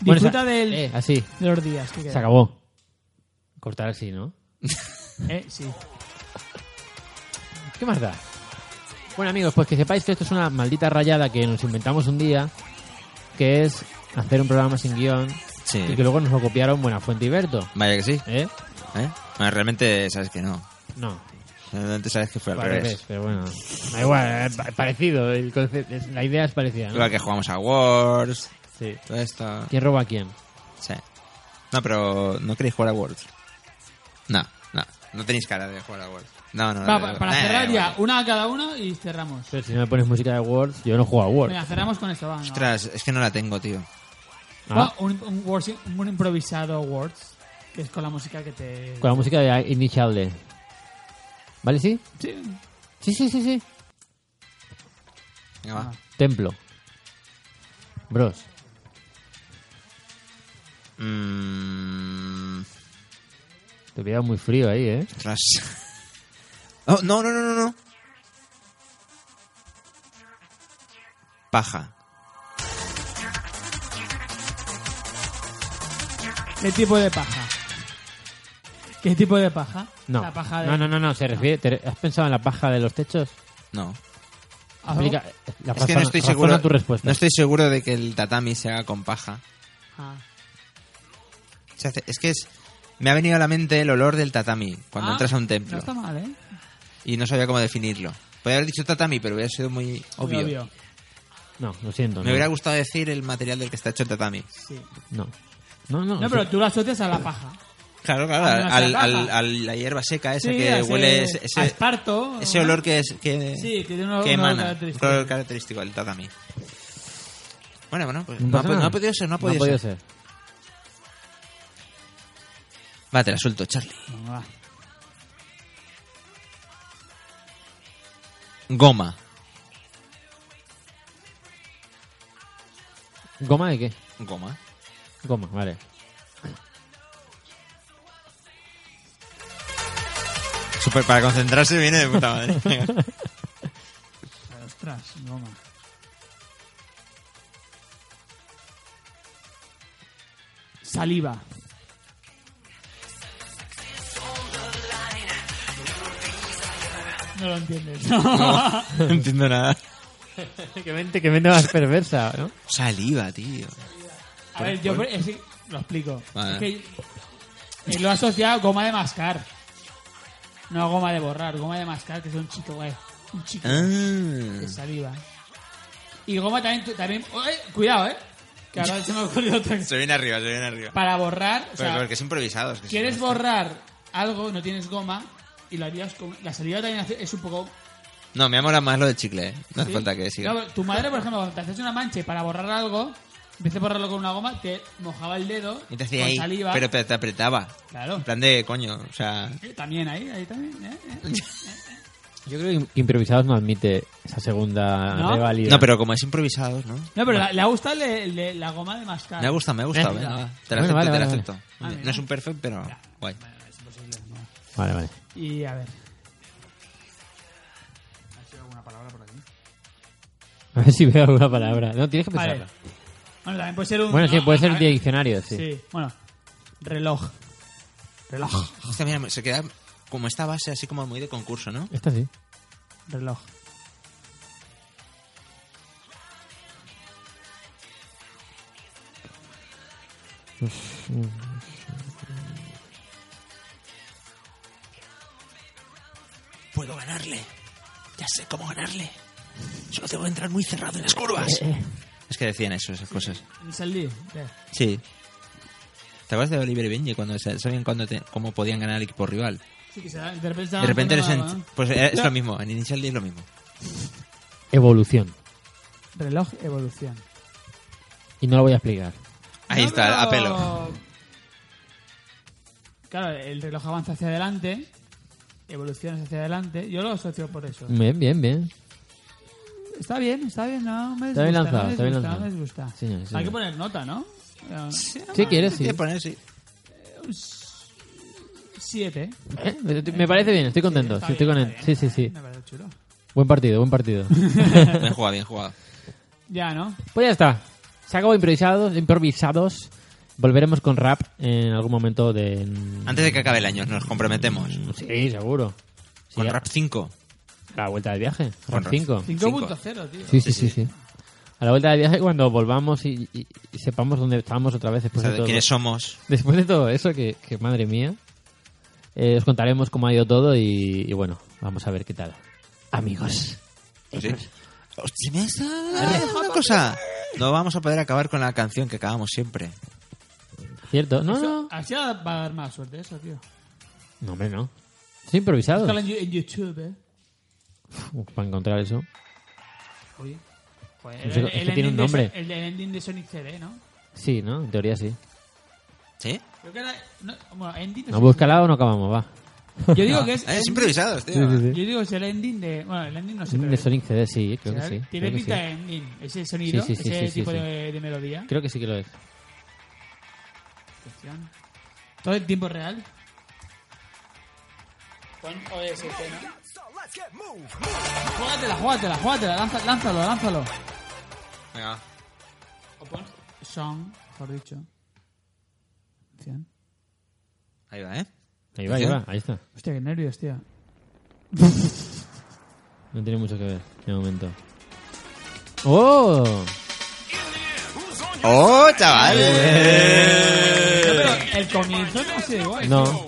Speaker 2: Bueno,
Speaker 1: Disfruta
Speaker 2: esa-
Speaker 1: del,
Speaker 2: eh, así.
Speaker 1: de los días. que
Speaker 2: Se
Speaker 1: quedan.
Speaker 2: acabó. Cortar así, ¿no?
Speaker 1: Eh, sí.
Speaker 2: ¿Qué más da? Bueno, amigos, pues que sepáis que esto es una maldita rayada que nos inventamos un día, que es hacer un programa sin guión
Speaker 3: Sí.
Speaker 2: y que luego nos lo copiaron Buenafuente y Berto.
Speaker 3: Vaya que sí.
Speaker 2: ¿Eh?
Speaker 3: ¿eh? Bueno, realmente sabes que no.
Speaker 2: No,
Speaker 3: Realmente sabes que fue al
Speaker 2: al
Speaker 3: revés.
Speaker 2: revés, pero bueno. Da igual, es pa- parecido. el conce- es- la idea es parecida, ¿no?
Speaker 3: Igual que jugamos a Wars,
Speaker 2: Sí.
Speaker 3: todo esto.
Speaker 2: ¿Quién roba a quién?
Speaker 3: Sí. No, pero no queréis jugar a Words. No, no. No tenéis cara de jugar a Words. No, no.
Speaker 1: Va,
Speaker 3: no,
Speaker 1: pa-
Speaker 3: no.
Speaker 1: para
Speaker 3: Eh,
Speaker 1: cerrar ya,
Speaker 3: bueno.
Speaker 1: una a cada uno y cerramos.
Speaker 2: Pero si no me pones música de Words, yo no juego a Words.
Speaker 1: Venga, cerramos con esto, va. venga, va.
Speaker 3: Ostras, es que no la tengo, tío.
Speaker 2: Ah,
Speaker 1: Va, un, un words- un improvisado Words, que es con la música que te...
Speaker 2: con la música de Initial D. ¿Vale, sí?
Speaker 1: Sí.
Speaker 2: Sí, sí, sí, sí.
Speaker 3: Venga, va.
Speaker 1: Ah.
Speaker 2: Templo. Bros.
Speaker 3: Mm,
Speaker 2: Te pillaba muy frío ahí, ¿eh?
Speaker 3: ostras. Oh, no, no, no, no, no. Paja.
Speaker 1: ¿Qué tipo de paja? ¿Qué tipo de paja?
Speaker 2: No.
Speaker 1: La paja de...
Speaker 2: no, no, no, no, se refiere. te- ¿Has pensado en la paja de los techos?
Speaker 3: No.
Speaker 1: Ah,
Speaker 2: Explica- la
Speaker 3: Es
Speaker 2: razón-
Speaker 3: que no estoy
Speaker 2: razona
Speaker 3: seguro.
Speaker 2: tu respuesta.
Speaker 3: No estoy seguro de que el tatami se haga con paja.
Speaker 1: ah.
Speaker 3: Se hace- es que es. Me ha venido a la mente el olor del tatami
Speaker 1: Ah,
Speaker 3: cuando entras a un templo.
Speaker 1: No está mal, ¿eh?
Speaker 3: Y no sabía cómo definirlo. Podría haber dicho tatami, pero hubiera sido muy obvio.
Speaker 1: Muy obvio.
Speaker 2: No, lo siento.
Speaker 3: Me
Speaker 2: no.
Speaker 3: hubiera gustado decir el material del que está hecho el tatami.
Speaker 1: Sí.
Speaker 2: No. No, no.
Speaker 1: No, pero tú lo asocias a la paja.
Speaker 3: Claro, claro,
Speaker 1: Ah, no,
Speaker 3: al,
Speaker 1: la
Speaker 3: al-
Speaker 1: caja.
Speaker 3: al- la hierba seca esa
Speaker 1: Sí,
Speaker 3: que
Speaker 1: a ese-
Speaker 3: huele ese, ese-
Speaker 1: a esparto.
Speaker 3: ese olor que es que,
Speaker 1: Sí, que tiene una-
Speaker 3: que
Speaker 1: un olor
Speaker 3: emana, un
Speaker 1: característico.
Speaker 3: olor característico del tatami. Bueno, bueno, pues
Speaker 2: No
Speaker 3: no, ha,
Speaker 2: pasa
Speaker 3: pod-
Speaker 2: nada.
Speaker 3: no ha podido ser, no ha podido, ser. Va, te la suelto, Charlie.
Speaker 1: Venga, va.
Speaker 3: Goma.
Speaker 2: ¿Goma de qué?
Speaker 3: Goma.
Speaker 2: Goma, vale.
Speaker 3: Super, para concentrarse viene de puta madre. Venga.
Speaker 1: Ostras, goma. Saliva. No lo entiendes.
Speaker 3: No entiendo nada.
Speaker 2: qué, mente, qué mente más perversa, ¿no?
Speaker 3: Saliva, tío.
Speaker 1: A ver, yo es que- lo explico.
Speaker 3: Vale.
Speaker 1: Es que eh, lo he asociado a goma de mascar. No a goma de borrar, goma de mascar, que es un chico, güey. Un chico de
Speaker 3: Ah.
Speaker 1: saliva. Y goma también. tu- también oh, eh, cuidado, eh. Que ahora se me ha ocurrido otra cosa.
Speaker 3: Se viene arriba, se viene arriba.
Speaker 1: Para borrar, o
Speaker 3: Pero,
Speaker 1: sea,
Speaker 3: porque es improvisado. es que
Speaker 1: quieres
Speaker 3: si no-
Speaker 1: borrar algo, no tienes goma, y lo harías con. La saliva también hace- es un poco.
Speaker 3: No, me ha molado más lo del chicle, ¿eh? No hace
Speaker 1: ¿sí?
Speaker 3: falta que siga.
Speaker 1: No, tu madre, por ejemplo, cuando te haces una mancha y para borrar algo, en vez de borrarlo con una goma, te mojaba el dedo
Speaker 3: Y te hacía
Speaker 1: con
Speaker 3: ahí,
Speaker 1: saliva.
Speaker 3: pero pero te apretaba.
Speaker 1: Claro.
Speaker 3: En plan de coño, o sea.
Speaker 1: Eh, También ahí, ahí también. ¿eh? ¿eh?
Speaker 2: Yo creo que improvisados no admite esa segunda
Speaker 1: ¿No?
Speaker 2: rivalidad.
Speaker 3: No, pero como es improvisado, ¿no?
Speaker 1: No, pero la- le ha gustado le- le- la goma de mascar.
Speaker 3: Me ha gustado, me ha gustado.
Speaker 1: Venga.
Speaker 3: venga, va. Te
Speaker 2: Bueno,
Speaker 3: la acepto,
Speaker 2: vale,
Speaker 3: te la
Speaker 2: vale,
Speaker 3: acepto.
Speaker 1: Ah, mira.
Speaker 3: No es un perfect, pero guay.
Speaker 1: Es imposible, no.
Speaker 2: Vale, vale.
Speaker 1: Y a ver. ¿Ha sido alguna palabra por aquí?
Speaker 2: A ver si veo alguna palabra. No, tienes que
Speaker 1: Vale.
Speaker 2: pensarla.
Speaker 1: Bueno, también puede ser un.
Speaker 2: Bueno, sí,
Speaker 1: no,
Speaker 2: puede
Speaker 1: a
Speaker 2: ser
Speaker 1: ver.
Speaker 2: diccionario, sí.
Speaker 1: Sí, bueno. Reloj. Reloj.
Speaker 3: Hostia, mira, se queda como esta base así como muy de concurso, ¿no?
Speaker 2: Esta sí.
Speaker 1: Reloj.
Speaker 3: Puedo ganarle. Ya sé cómo ganarle. Solo tengo que entrar muy cerrado en las curvas. Es que decían eso, esas cosas.
Speaker 1: Salí. ¿Qué?
Speaker 3: Sí. ¿Te acuerdas de Oliver y Benji cuando sa- sabían cuándo te- cómo podían ganar al equipo rival?
Speaker 1: Sí, que se da- de repente,
Speaker 3: De repente
Speaker 1: es
Speaker 3: eres en- pues eh, es lo mismo, en Initial D es lo mismo.
Speaker 2: Evolución.
Speaker 1: Reloj evolución.
Speaker 2: Y no lo voy a explicar.
Speaker 3: Ahí
Speaker 1: No,
Speaker 3: está,
Speaker 1: pero-
Speaker 3: a pelo.
Speaker 1: Claro, el reloj avanza hacia adelante, evoluciones hacia adelante. Yo lo asocio por eso.
Speaker 3: Mm.
Speaker 2: Bien, bien, bien.
Speaker 1: Está bien, está bien, no me disgusta.
Speaker 2: Está bien
Speaker 1: no
Speaker 2: lanzado,
Speaker 1: me
Speaker 2: está bien
Speaker 1: disgusta,
Speaker 2: lanzado.
Speaker 1: no me disgusta.
Speaker 2: Señor,
Speaker 1: Hay
Speaker 2: señor.
Speaker 1: que poner nota, ¿no? Eh,
Speaker 2: Si quieres, sí.
Speaker 3: Voy a poner, Ah, sí.
Speaker 1: Siete.
Speaker 2: Eh, Me parece bien, estoy contento.
Speaker 1: Está
Speaker 2: sí, estoy
Speaker 1: bien,
Speaker 2: con
Speaker 1: está bien,
Speaker 2: él. Sí,
Speaker 1: está
Speaker 2: sí, sí.
Speaker 1: bien, Me parece chulo.
Speaker 2: Buen partido, buen partido.
Speaker 3: Bien jugado, bien jugado.
Speaker 1: Ya, ¿no?
Speaker 2: Pues ya está. Se acabó improvisados, improvisados. Volveremos con rap en algún momento de.
Speaker 3: Antes de que acabe el año, nos comprometemos.
Speaker 2: Mm. Sí, seguro. Sí,
Speaker 3: Con
Speaker 2: ya-
Speaker 3: Rap 5.
Speaker 2: A la vuelta del viaje.
Speaker 3: Con
Speaker 2: Rap
Speaker 3: rap.
Speaker 2: 5.
Speaker 3: Cinco.
Speaker 1: 5.0, tío.
Speaker 2: Sí, sí, sí, sí. A la vuelta del viaje cuando volvamos y, y- y sepamos dónde estamos otra vez
Speaker 3: O
Speaker 2: después
Speaker 3: sea,
Speaker 2: de
Speaker 3: de
Speaker 2: todo.
Speaker 3: quiénes somos.
Speaker 2: Después de todo eso, que, que madre mía. eh, os contaremos cómo ha ido todo y, y bueno, vamos a ver qué tal. Amigos.
Speaker 3: Pues sí. Hostia, me has- una cosa. No vamos a poder acabar con la canción que acabamos siempre.
Speaker 2: ¿Cierto? No,
Speaker 1: Eso-
Speaker 2: no.
Speaker 1: Así va a dar más suerte eso, tío.
Speaker 2: No, hombre, no. Es improvisado.
Speaker 1: Búscalo en, Yu- en YouTube, ¿eh?
Speaker 2: Uf, Para encontrar eso.
Speaker 1: Oye. Joder,
Speaker 2: Es que tiene
Speaker 1: ending
Speaker 2: un
Speaker 1: de
Speaker 2: nombre.
Speaker 1: Son- Pues el, el ending de Sonic CD, ¿no?
Speaker 2: Sí, ¿no? En teoría sí.
Speaker 3: ¿Sí?
Speaker 1: Creo que era... No, bueno, ending de
Speaker 2: No,
Speaker 1: Sonic
Speaker 2: búscala o no acabamos, va.
Speaker 1: Yo digo
Speaker 3: No,
Speaker 1: que es.
Speaker 3: eh, es
Speaker 1: ending-
Speaker 3: improvisados, tío.
Speaker 1: Yo digo que es el ending de. Bueno, el ending no sé. pero
Speaker 2: De Sonic CD, sí, creo que
Speaker 1: será-
Speaker 2: sí.
Speaker 1: Tiene
Speaker 2: creo que
Speaker 1: pinta ¿eh?
Speaker 2: sí.
Speaker 1: de ending. Ese sonido,
Speaker 2: Sí, sí, sí,
Speaker 1: ese
Speaker 2: sí, sí,
Speaker 1: tipo
Speaker 2: sí.
Speaker 1: De, de melodía.
Speaker 2: Creo que sí que lo es.
Speaker 1: Atención. Todo en tiempo real. Con OST, ¿no? Júgatela, júgatela, júgatela. lanza- lánzalo, lánzalo.
Speaker 3: Venga.
Speaker 1: O pon song, mejor dicho. Atención.
Speaker 3: Ahí va, ¿eh?
Speaker 2: Ahí va, ahí va, ahí está.
Speaker 1: Hostia, qué nervios, tío.
Speaker 2: No tiene mucho que ver de momento. ¡Oh!
Speaker 3: ¡Oh, chaval!
Speaker 1: No, pero el comienzo no ha sido igual.
Speaker 2: No.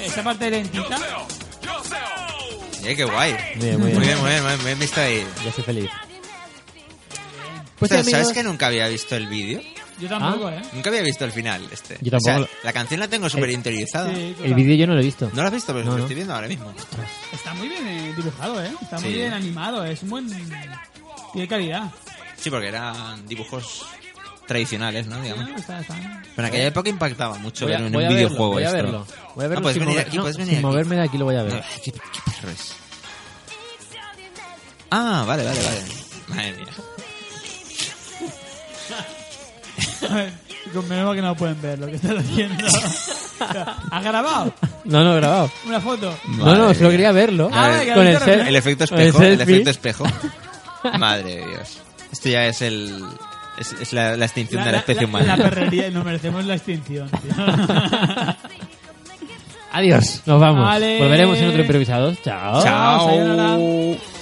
Speaker 1: Esa parte lentita.
Speaker 3: Eh, ¡Qué guay!
Speaker 2: Muy bien, muy bien.
Speaker 3: Muy bien, muy bien, muy bien visto ahí.
Speaker 2: Ya soy feliz.
Speaker 3: O
Speaker 2: Pues
Speaker 3: sea,
Speaker 2: amigos,
Speaker 3: ¿Sabes que nunca había visto el vídeo?
Speaker 1: Yo tampoco, ¿eh?
Speaker 3: Nunca había visto el final este.
Speaker 2: Yo tampoco.
Speaker 3: O sea, la canción la tengo súper interiorizada.
Speaker 1: Sí,
Speaker 2: El
Speaker 1: total.
Speaker 2: vídeo yo no lo he visto.
Speaker 3: No la has visto, pero
Speaker 2: No,
Speaker 3: lo
Speaker 2: no.
Speaker 3: estoy viendo ahora mismo.
Speaker 1: Está muy bien eh, dibujado, ¿eh? Está muy
Speaker 3: Sí.
Speaker 1: bien animado, es un buen... Tiene calidad.
Speaker 3: Sí, porque eran dibujos tradicionales, ¿no? Digamos.
Speaker 1: Ah, está- está-
Speaker 3: Pero en aquella época impactaba mucho
Speaker 2: Voy a,
Speaker 3: ver un
Speaker 2: voy a verlo,
Speaker 3: videojuego
Speaker 2: voy a
Speaker 3: esto. Ah,
Speaker 2: verlo. Voy a verlo
Speaker 3: puedes
Speaker 2: sin,
Speaker 3: venir
Speaker 2: mover-
Speaker 3: aquí,
Speaker 2: no,
Speaker 3: puedes venir
Speaker 2: sin
Speaker 3: aquí.
Speaker 2: moverme de aquí lo voy a ver.
Speaker 3: No, ay, qué, qué perro es. Ah, vale, vale, vale. Madre mía.
Speaker 1: Con menos mal que no pueden ver lo que están haciendo. ¿Has grabado
Speaker 2: No, no, grabado.
Speaker 1: una foto?
Speaker 3: Madre
Speaker 2: no, no, solo
Speaker 3: mía.
Speaker 2: quería verlo.
Speaker 1: Ah, vale, que
Speaker 2: con
Speaker 1: ahorita
Speaker 2: el,
Speaker 1: lo-
Speaker 2: self-
Speaker 3: El efecto
Speaker 2: con el
Speaker 3: espejo, el,
Speaker 2: selfie.
Speaker 3: efecto espejo. Madre de Dios. Esto ya es el. Es, es la, la extinción de la especie humana.
Speaker 1: la perrería, nos merecemos la extinción, tío.
Speaker 2: Adiós, nos vamos.
Speaker 1: Vale.
Speaker 2: Volveremos en otro improvisados. Chao.
Speaker 1: Sayonara.
Speaker 3: Chao.